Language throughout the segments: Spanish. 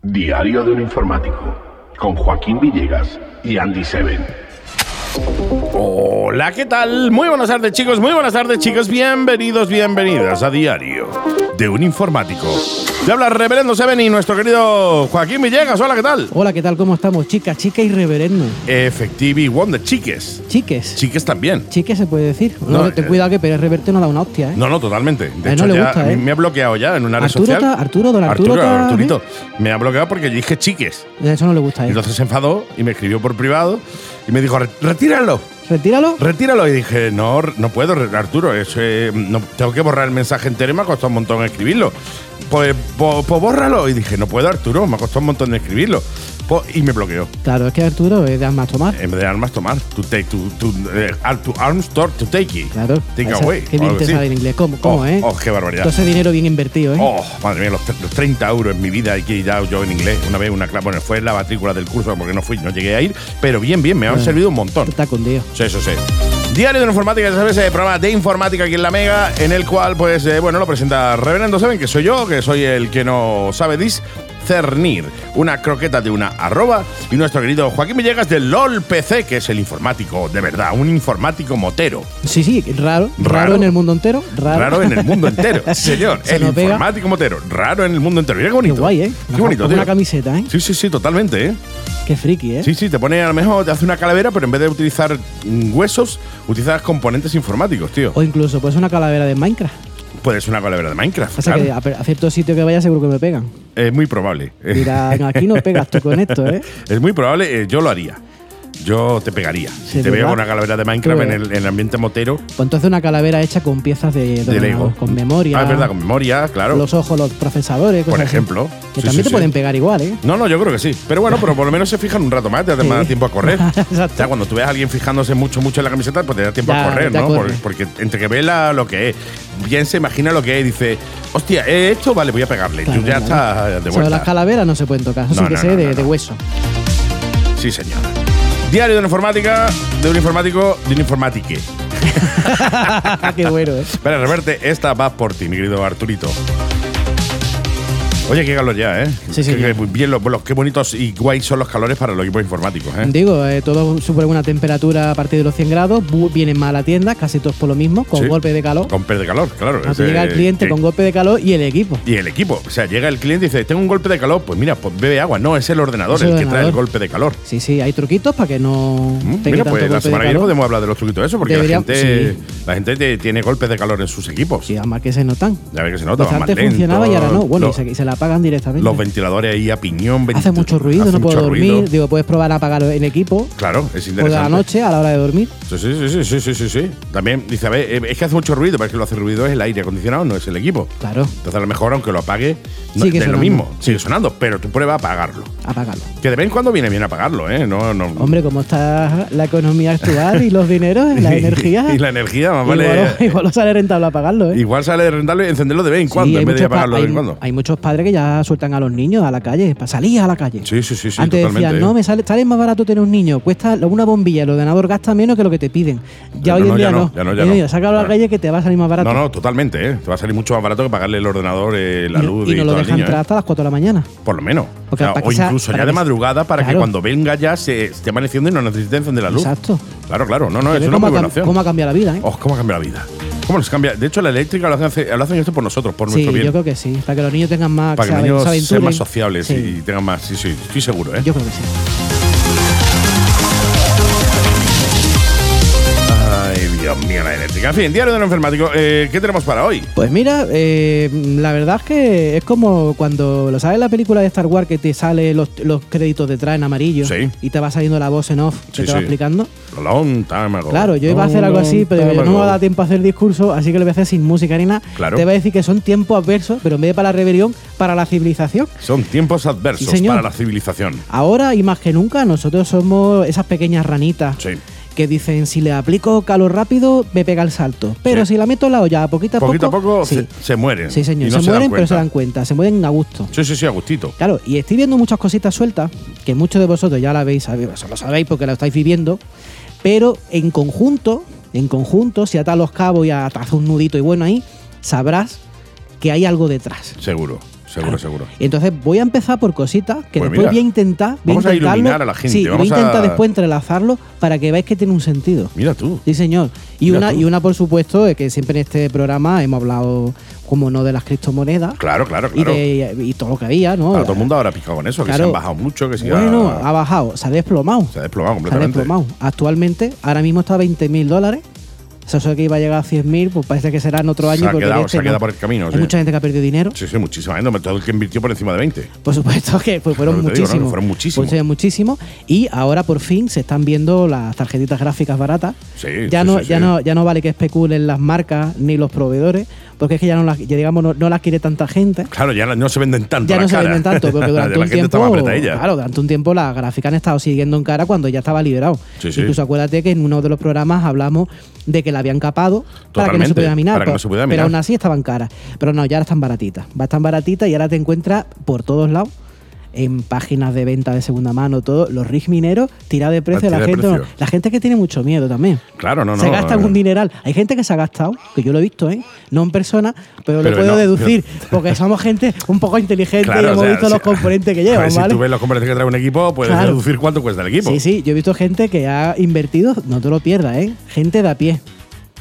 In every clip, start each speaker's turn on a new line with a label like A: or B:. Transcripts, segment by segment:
A: diario de un informático con Joaquín Villegas y Andy Seven.
B: Hola, ¿qué tal? Muy buenas tardes chicos, muy buenas tardes chicos, bienvenidos, bienvenidas a Diario de un Informático. Te habla Reverendo Seven y nuestro querido Joaquín Villegas, hola, ¿qué tal?
C: Hola, ¿qué tal? ¿Cómo estamos? Chica, chica y reverendo.
B: Efectivi Wonder, chiques.
C: Chiques.
B: Chiques también.
C: Chiques se puede decir.
B: No,
C: Bueno, ten
B: eh.
C: cuidado que Pérez Reverte no da una hostia, ¿eh?
B: No, no, totalmente. De
C: A él
B: hecho,
C: no le
B: ya
C: gusta, ¿eh?
B: me ha bloqueado ya en una red
C: Arturo
B: social.
C: ta- Arturo, don Arturo ta- ¿eh?
B: Arturito. Me ha bloqueado porque yo dije chiques.
C: Eso no le gusta, ¿eh?
B: Entonces se enfadó y me escribió por privado y me dijo, "Re- retíralo,
C: Retíralo.
B: retíralo. Y dije, no, r- no puedo, re- Arturo, eso, eh, no, tengo que borrar el mensaje entero y me ha costado un montón escribirlo. Pues, po- pues bórralo. Y dije, no puedo, Arturo, me ha costado un montón de escribirlo. Po- y me bloqueó.
C: Claro, es que Arturo es de armas tomar.
B: En vez de armas tomar, to take, to, to, eh, ar- to arms store to take it.
C: Claro.
B: Take
C: Esa-
B: away.
C: Qué
B: o
C: bien
B: algo
C: te
B: así.
C: sale en inglés. ¿Cómo, cómo
B: Oh,
C: eh?
B: oh, qué barbaridad.
C: Entonces, dinero bien invertido, ¿eh?
B: Oh, madre mía, los, tre- los 30 euros en mi vida aquí ya yo en inglés. Una vez una clase, bueno, fue en la matrícula del curso porque no fui, no llegué a ir, pero bien, bien, me han
C: Bueno.
B: servido un montón.
C: Está cundido.
B: Sí, eso sí. Diario de la informática, ya sabes, el programa de informática aquí en La Mega, en el cual, pues, eh, bueno, lo presenta Reverendo Saben, que soy yo, que soy el que no sabe discernir una croqueta de una arroba, y nuestro querido Joaquín Villegas de LOLPC, que es el informático, de verdad, un informático motero.
C: Sí, sí, raro. Raro,
B: Raro.
C: en el mundo entero. Raro.
B: Raro en el mundo entero, señor.
C: Se
B: el
C: nos pega.
B: informático motero, raro en el mundo entero. Mira qué bonito.
C: Qué guay, ¿eh?
B: Qué bonito,
C: Con
B: tío.
C: una camiseta, ¿eh?
B: Sí, sí, sí, totalmente, ¿eh?
C: Qué friki, ¿eh?
B: Sí, sí, te pone a lo mejor, te hace una calavera, pero en vez de utilizar mm, huesos, utilizas componentes informáticos, tío.
C: O incluso, pues una calavera de Minecraft.
B: Puede ser Pues una calavera de Minecraft,
C: Pasa
B: claro.
C: que a, a cierto sitio que vaya seguro que me pegan.
B: Es muy probable.
C: Dirán, aquí no pegas tú con esto, ¿eh?
B: Es muy probable, eh, yo lo haría. Yo te pegaría. Si
C: Sí,
B: te veo
C: ¿verdad?
B: con una calavera de Minecraft
C: Tú
B: en
C: ves.
B: el, en el ambiente motero
C: Pues entonces una calavera hecha con piezas de,
B: de
C: ordenador,
B: Lego.
C: con memoria.
B: Ah, es verdad, con memoria, claro.
C: Los ojos, los procesadores,
B: Por
C: cosas así.
B: ejemplo.
C: Que
B: Sí,
C: también
B: sí,
C: te
B: sí.
C: pueden pegar igual, ¿eh?
B: No, no, yo creo que sí. Pero bueno, pero por lo menos se fijan un rato más, te da
C: Sí.
B: más tiempo a correr.
C: Exacto.
B: O sea, cuando tú ves a alguien fijándose mucho, mucho en la camiseta, pues te da tiempo a
C: Ya,
B: correr,
C: ya
B: ¿no?
C: corre.
B: Por- porque entre que vela lo que es, bien se imagina lo que es y dice, hostia, he hecho, vale, voy a pegarle.
C: Claro,
B: tú ya
C: claro.
B: estás de
C: O sea, las
B: vuelta.
C: calaveras no se pueden tocar, eso
B: No,
C: sí que
B: no,
C: sé
B: no,
C: de,
B: no,
C: de
B: no.
C: hueso.
B: Sí, señor. Diario de una informática, de un informático, de un informátique.
C: Qué bueno, ¿eh?
B: Vale, Reverte, esta va por ti, mi querido Arturito. Oye, qué calor ya, ¿eh?
C: Sí, sí,
B: Qué-
C: ya.
B: qué bien, los, los- qué bonitos y guays son los calores para los equipos informáticos, ¿eh?
C: Digo, eh, todo supone una temperatura a partir de los 100 grados, bu- vienen mal a la tienda, casi todos por lo mismo, con
B: Sí.
C: golpe de calor.
B: Con pez de calor, claro.
C: Ah, tú
B: Ese-
C: llega el cliente
B: eh,
C: con golpe de calor y el equipo.
B: Y el equipo, o sea, llega el cliente y dice, tengo un golpe de calor, pues mira, pues bebe agua. No, es el ordenador
C: Es
B: el,
C: el
B: que trae el
C: ordenador.
B: golpe de calor.
C: Sí, sí, hay truquitos para que
B: Mm,
C: no te
B: Mira, pues la
C: golpe
B: semana
C: de
B: que viene
C: calor.
B: podemos hablar de los truquitos de eso, porque
C: Debería-
B: la gente,
C: sí.
B: la gente te- tiene golpes de calor en sus equipos.
C: Sí, además que se notan.
B: Ya ves que se nota,
C: Pues
B: van más
C: antes funcionaba y ahora no.
B: lentos,
C: Bueno,
B: los-
C: y, se, y se la apagan directamente.
B: Los ventiladores ahí a piñón.
C: hace
B: venti-
C: mucho ruido,
B: hace
C: no puedo
B: mucho
C: dormir.
B: ruido.
C: Digo, puedes probar a apagar el equipo
B: Claro, es
C: por
B: interesante.
C: la noche a la hora de dormir.
B: Sí, sí, sí, sí, sí, sí, sí, sí. También dice, a ver, eh, es que hace mucho ruido, pero es que lo hace ruido es el aire acondicionado, no es el equipo.
C: Claro,
B: Entonces a lo mejor aunque lo apague, no,
C: Sigue
B: es lo
C: sonando.
B: mismo, sigue sonando, pero tú prueba a apagarlo.
C: apágalo.
B: Que de vez en cuando viene bien apagarlo, ¿eh? No, no.
C: Hombre, ¿cómo está la economía actual y los dineros, la energía?
B: y la energía, más vale.
C: Igual, igual no sale rentable apagarlo, ¿eh?
B: Igual sale rentable encenderlo de vez en
C: Sí,
B: cuando,
C: hay
B: en vez de
C: muchos pa-
B: apagarlo de vez en
C: hay-
B: cuando.
C: Hay muchos padres que ya sueltan a los niños a la calle, para salir a la calle.
B: Sí, sí, sí, sí,
C: Antes
B: totalmente.
C: decían, no, me sale, sale más barato tener un niño, cuesta lo- una bombilla, el ordenador gasta menos que lo que te piden. Ya
B: No,
C: hoy en
B: no, ya
C: día
B: no,
C: no.
B: ya no, ya
C: Hoy en
B: no.
C: día, sácalo
B: Ya.
C: a la calle que te va a salir más barato.
B: no, no, totalmente, ¿eh? Te va a salir mucho más barato que pagarle el ordenador, eh, la
C: Y-
B: luz
C: y,
B: y,
C: no lo
B: todo al niño,
C: dejan
B: ¿eh?
C: entrar hasta las 4 de la mañana.
B: Por lo menos.
C: Porque
B: o sea,
C: para
B: o
C: que sea-
B: incluso ya
C: para
B: de
C: que-
B: madrugada para que
C: Claro.
B: cuando venga ya se esté amaneciendo y no necesite encender la luz.
C: Exacto.
B: Claro, claro. No, no,
C: Que
B: eso
C: ve
B: no Ah, es
C: cómo,
B: muy
C: ha,
B: buena
C: cam-
B: opción.
C: cómo ha cambiado la vida, ¿eh?
B: Oh, cómo ha cambiado la vida. ¿Cómo nos cambia? De hecho, la eléctrica lo hace- lo hacen, esto por nosotros, por
C: sí,
B: nuestro bien.
C: yo creo que sí. Para que los niños tengan más.
B: para que los
C: se
B: niños
C: aven- se
B: sean más
C: aventuren.
B: sociables
C: Sí,
B: y tengan más. Sí, sí, estoy seguro, ¿eh?
C: Yo creo que sí.
B: Ay, Dios mío, la eléctrica. En fin, diario de un enfermático. Eh, ¿Qué tenemos para hoy?
C: Pues mira, eh, la verdad es que es como cuando, ¿lo sabes la película de Star Wars que te sale los, los créditos detrás en amarillo?
B: Sí.
C: Y te va saliendo la voz en off
B: Sí,
C: que te
B: sí. Oh.
C: va explicando.
B: Long time ago.
C: Claro, yo iba a hacer algo así, pero digo, yo no me da tiempo a hacer discurso, así que lo voy a hacer sin música ni nada.
B: Claro.
C: Te va a decir que son tiempos adversos, pero en vez de para la rebelión, para la civilización.
B: Son tiempos adversos
C: Sí, señor.
B: para la civilización.
C: Ahora y más que nunca, nosotros somos esas pequeñas ranitas.
B: Sí.
C: Que dicen, si le aplico calor rápido, me pega el salto. Pero
B: Sí.
C: si la meto en la olla poquito a poco.
B: Poquito a poco
C: sí.
B: se, se mueren.
C: Sí, señor.
B: y no
C: se,
B: dan
C: mueren, pero
B: cuenta.
C: se dan cuenta. Se mueren a gusto.
B: Sí, sí, sí, a gustito.
C: Claro, y estoy viendo muchas cositas sueltas, que muchos de vosotros ya la habéis, sabido, eso lo sabéis porque la estáis viviendo, pero en conjunto, en conjunto, si atas los cabos y atas un nudito y bueno ahí, sabrás que hay algo detrás.
B: Seguro. seguro, seguro.
C: Entonces voy a empezar por cositas que
B: Pues
C: después
B: mira,
C: voy a intentar. voy
B: vamos a
C: intentarlo.
B: iluminar a la gente,
C: Sí, voy a
B: vamos a-
C: intentar después entrelazarlo para que veáis que tiene un sentido.
B: Mira tú.
C: Sí, señor. Y
B: Mira
C: una,
B: tú.
C: y una, por supuesto, eh, que siempre en este programa hemos hablado, como no, de las criptomonedas
B: Claro, claro,
C: y,
B: claro.
C: de, y todo lo que había, ¿no?
B: Claro, todo el mundo ahora pica con eso, que se
C: Claro.
B: han bajado mucho, que se, ha-
C: Bueno, ha bajado, se ha desplomado.
B: se ha desplomado
C: Se ha
B: completamente.
C: desplomado. Actualmente, ahora mismo está a 20 mil dólares. O sea, eso que iba a llegar a 100 mil, pues parece que será en otro
B: Se
C: año.
B: ha
C: porque
B: quedado-
C: en
B: se
C: este
B: ha quedado
C: no.
B: por el camino,
C: Hay
B: sí.
C: mucha gente que ha perdido dinero.
B: Sí, sí, muchísima gente. hombre, Todo el que invirtió por encima de 20.
C: Por supuesto que pues, fueron,
B: Claro, te digo,
C: muchísimos.
B: ¿no? Que fueron muchísimos.
C: Pues, sí, muchísimos. Y ahora por fin se están viendo las tarjetitas gráficas baratas.
B: Sí,
C: ya
B: sí,
C: no,
B: sí,
C: ya
B: sí.
C: no, ya no vale que especulen las marcas ni los proveedores, porque es que ya no las, ya digamos, no, no las quiere tanta gente.
B: Claro, ya no se venden tanto.
C: Ya
B: las
C: no se
B: caras.
C: venden tanto, porque
B: la
C: durante un
B: gente está más
C: tiempo.
B: apretadilla.
C: Claro, durante un tiempo las gráficas han estado siguiendo en cara cuando ya estaba liberado.
B: Sí, sí.
C: Incluso acuérdate que en uno de los programas hablamos de que la habían capado para que no se
B: Totalmente,
C: pudiera minar.
B: para que
C: pero-
B: no se pudiera
C: Pero
B: minar.
C: aún así estaban caras. Pero no, ya ahora están baratitas. Va tan baratitas y ahora te encuentras por todos lados. En páginas de venta de segunda mano, todo, los rigs mineros, tira de precio,
B: La
C: la,
B: tira de
C: gente.
B: precio.
C: La gente que tiene mucho miedo también.
B: Claro, no, no.
C: se gasta
B: no.
C: un dineral. Hay gente que se ha gastado, que yo lo he visto, ¿eh? No en persona,
B: Pero
C: pero, lo puedo
B: no,
C: deducir, porque somos gente un poco inteligente
B: Claro,
C: y
B: o
C: hemos
B: sea,
C: visto
B: sí.
C: los componentes que
B: A ver,
C: llevan,
B: Si
C: ¿vale?
B: tú ves los componentes que trae un equipo, puedes
C: Claro.
B: deducir cuánto cuesta el equipo.
C: Sí, sí, yo he visto gente que ha invertido, no te lo pierdas, ¿eh? Gente de a pie,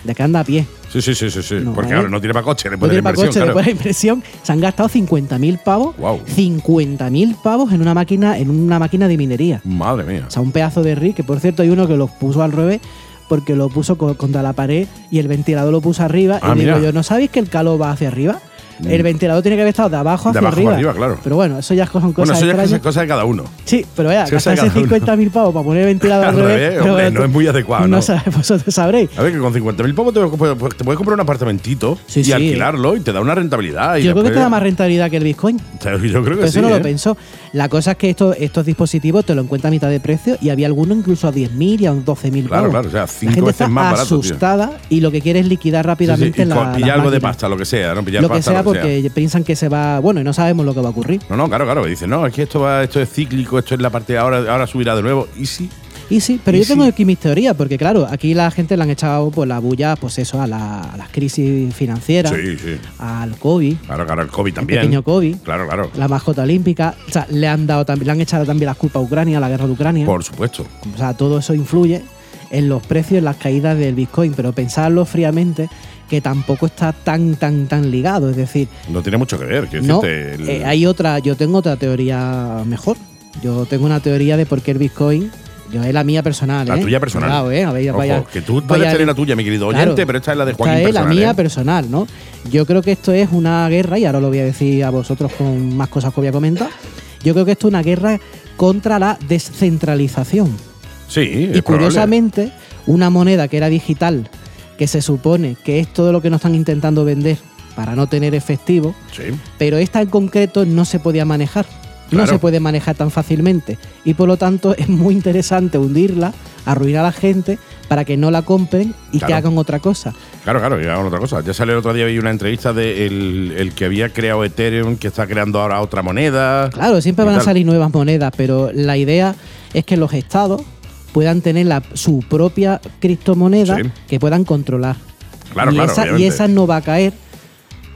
C: de que anda a pie.
B: sí, sí, sí. sí, sí.
C: No,
B: Porque
C: ¿eh?
B: claro, no tiene para coche,
C: No
B: después de
C: tiene
B: la
C: para
B: inversión.
C: coche,
B: claro.
C: después de la impresión, se han gastado 50.000 pavos,
B: Guau.
C: 50.000 pavos en una máquina, en una máquina de minería.
B: Madre mía.
C: O sea, un pedazo de rig, que por cierto hay uno que lo puso al revés porque lo puso co- contra la pared y el ventilador lo puso arriba.
B: Ah,
C: y digo
B: mira. Mm.
C: yo, ¿no sabéis que el calor va hacia arriba? El ventilador tiene que haber estado de abajo
B: De
C: hacia
B: abajo
C: arriba.
B: para arriba, claro.
C: Pero bueno, eso ya son
B: Bueno,
C: cosas
B: eso ya es
C: extrañas.
B: cosa de cada uno.
C: Sí, pero vaya,
B: Eso es de
C: gastarse
B: cada uno.
C: 50.000 pavos para poner el ventilador
B: Al
C: al revés,
B: revés,
C: pero
B: hombre,
C: bueno,
B: no es muy adecuado, ¿no?
C: sabe- vosotros sabréis.
B: A ver, que con 50.000 pavos te, puedes- te puedes comprar un apartamentito
C: Sí,
B: y
C: sí.
B: alquilarlo y te da una rentabilidad. y
C: Yo creo que
B: después-
C: te da más rentabilidad que el Bitcoin.
B: Yo creo que
C: Pero eso
B: sí,
C: no
B: ¿eh?
C: lo pensó. La cosa es que esto- estos dispositivos te lo encuentran a mitad de precio y había algunos incluso a 10.000 y a 12.000
B: Claro,
C: pavos.
B: claro, o sea, cinco
C: La gente
B: veces
C: está
B: más barato, tío.
C: asustada y lo que quiere es liquidar rápidamente
B: Sí, sí, y
C: la,
B: co-
C: la
B: pillar algo de
C: máquina.
B: pasta, lo que sea, ¿no? Pillar
C: Lo que
B: pasta,
C: sea porque piensan que se va... Bueno, y no sabemos lo que va a ocurrir.
B: No, no, claro, claro. Dicen, no, es que esto va, esto es cíclico, esto es la parte de ahora, ahora subirá de nuevo. Y sí.
C: Y sí, pero
B: Y
C: yo tengo
B: sí.
C: aquí mis teorías, porque claro, aquí la gente le han echado pues, la bulla pues eso, a, la- a las crisis financieras,
B: Sí, sí.
C: al COVID,
B: Claro, claro, el COVID también.
C: pequeño COVID.
B: Claro, claro.
C: la mascota olímpica, o sea, le han dado también, le han echado también las culpas a Ucrania, a la guerra de Ucrania.
B: Por supuesto.
C: O sea, todo eso influye en los precios, en las caídas del Bitcoin, pero pensarlo fríamente que tampoco está tan, tan, tan ligado. Es decir,
B: No tiene mucho que ver. Quiero
C: no,
B: decirte, el-
C: eh, hay otra, yo tengo otra teoría mejor. Yo tengo una teoría de por qué el Bitcoin, yo es la mía personal.
B: la
C: ¿eh?
B: tuya personal.
C: Cuidado, ¿eh? A ver,
B: Ojo,
C: vaya-
B: que tú puedes
C: vaya-
B: tener la tuya, mi querido
C: Claro.
B: oyente, pero esta es la de
C: Esta
B: Joaquín
C: es
B: personal,
C: la mía
B: ¿eh?
C: personal, ¿no? Yo creo que esto es una guerra, y ahora lo voy a decir a vosotros con más cosas que voy a comentar. Yo creo que esto es una guerra contra la descentralización.
B: Sí,
C: y
B: es probable.
C: curiosamente, una moneda que era digital, que se supone que es todo lo que nos están intentando vender para no tener efectivo,
B: Sí.
C: pero esta en concreto no se podía manejar. No
B: Claro.
C: se puede manejar tan fácilmente. Y por lo tanto es muy interesante hundirla, arruinar a la gente para que no la compren y que
B: Claro.
C: hagan otra cosa.
B: Claro, claro, y hagan otra cosa. Ya salió el otro día vi una entrevista de el, el que había creado Ethereum, que está creando ahora otra moneda.
C: Claro, siempre
B: y
C: van a
B: tal.
C: salir nuevas monedas, pero la idea es que los estados puedan tener la- su propia criptomoneda
B: Sí.
C: que puedan controlar.
B: Claro,
C: y,
B: claro,
C: esa, y
B: obviamente.
C: esa no va a caer.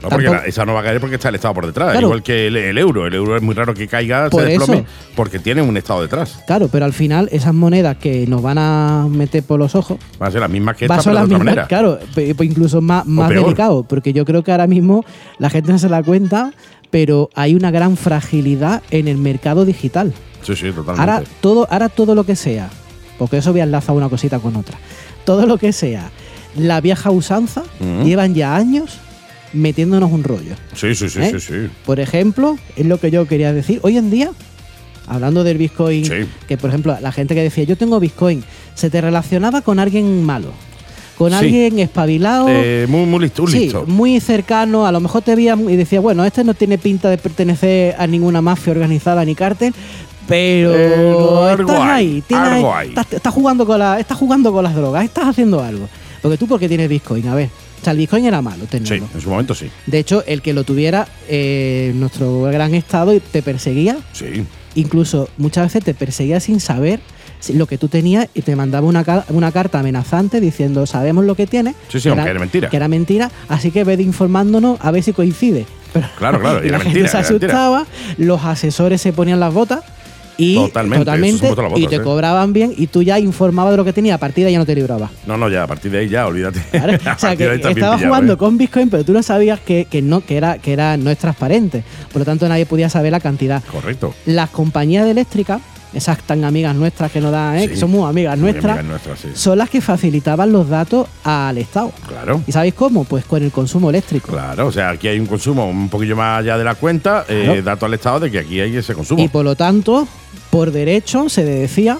B: No, porque
C: Tampoco-
B: la- esa no va a caer porque está el Estado por detrás.
C: Claro.
B: Igual que el, el euro. El euro es muy raro que caiga,
C: Por
B: se desplome,
C: eso.
B: porque tiene un Estado detrás.
C: Claro, pero al final esas monedas que nos van a meter por los ojos
B: Van a ser las mismas que
C: va
B: esta,
C: a ser
B: pero de
C: las
B: otra
C: mismas,
B: manera.
C: claro, pe- pe- incluso más, más
B: peor.
C: delicado, porque yo creo que ahora mismo la gente no se da cuenta, pero hay una gran fragilidad en el mercado digital.
B: Sí, sí, totalmente.
C: Ahora todo, ahora todo lo que sea, porque eso voy a enlazar una cosita con otra. Todo lo que sea, la vieja usanza,
B: Ujú.
C: llevan ya años metiéndonos un rollo.
B: sí, sí, sí,
C: ¿eh?
B: sí, sí.
C: Por ejemplo, es lo que yo quería decir. Hoy en día, hablando del Bitcoin,
B: Sí.
C: que por ejemplo, la gente que decía yo tengo Bitcoin, se te relacionaba con alguien malo, con
B: Sí.
C: alguien espabilado.
B: Eh, muy, muy listo, un
C: Sí,
B: listo.
C: muy cercano, a lo mejor te veía y decía, bueno, este no tiene pinta de pertenecer a ninguna mafia organizada ni cártel, pero
B: Pero Eh, algo
C: estás
B: hay,
C: ahí, tienes-
B: algo hay.
C: Estás, estás jugando con la, estás jugando con las drogas, estás haciendo algo. Porque tú porque tienes Bitcoin, a ver. O sea, el Bitcoin era malo
B: Sí,
C: tenerlo.
B: en su momento sí.
C: De hecho, el que lo tuviera, eh, nuestro gran estado y te perseguía,
B: Sí.
C: incluso muchas veces te perseguía sin saber si- lo que tú tenías y te mandaba una, ca- una carta amenazante diciendo sabemos lo que tienes.
B: Sí, sí, aunque era mentira.
C: Que era mentira, así que ve informándonos a ver si coincide. Pero
B: Claro, claro, y
C: la
B: era
C: gente
B: mentira,
C: se
B: era mentira.
C: asustaba, los asesores se ponían las botas y
B: Totalmente,
C: totalmente,
B: se han puesto las
C: y
B: botas,
C: te
B: ¿eh?
C: cobraban bien y tú ya informabas de lo que tenía, a partir de ahí ya no te librabas.
B: No, no, ya, a partir de ahí ya, olvídate.
C: ¿vale?
B: A
C: O sea,
B: partir
C: que
B: de ahí estás bien
C: estabas
B: pillado,
C: jugando
B: ¿eh?
C: con Bitcoin, pero tú no sabías que, que no, que era, que era, no es transparente. Por lo tanto, nadie podía saber la cantidad.
B: Correcto.
C: Las compañías de eléctrica, esas tan amigas nuestras que nos dan, ¿eh?
B: Sí.
C: que son muy amigas
B: Muy
C: nuestras,
B: amigas nuestras, sí.
C: son las que facilitaban los datos al Estado.
B: Claro.
C: ¿Y sabéis cómo? Pues con el consumo eléctrico.
B: Claro, o sea, aquí hay un consumo un poquillo más allá de la cuenta, eh,
C: Claro.
B: dato al Estado de que aquí hay ese consumo.
C: Y por lo tanto, por derecho se decía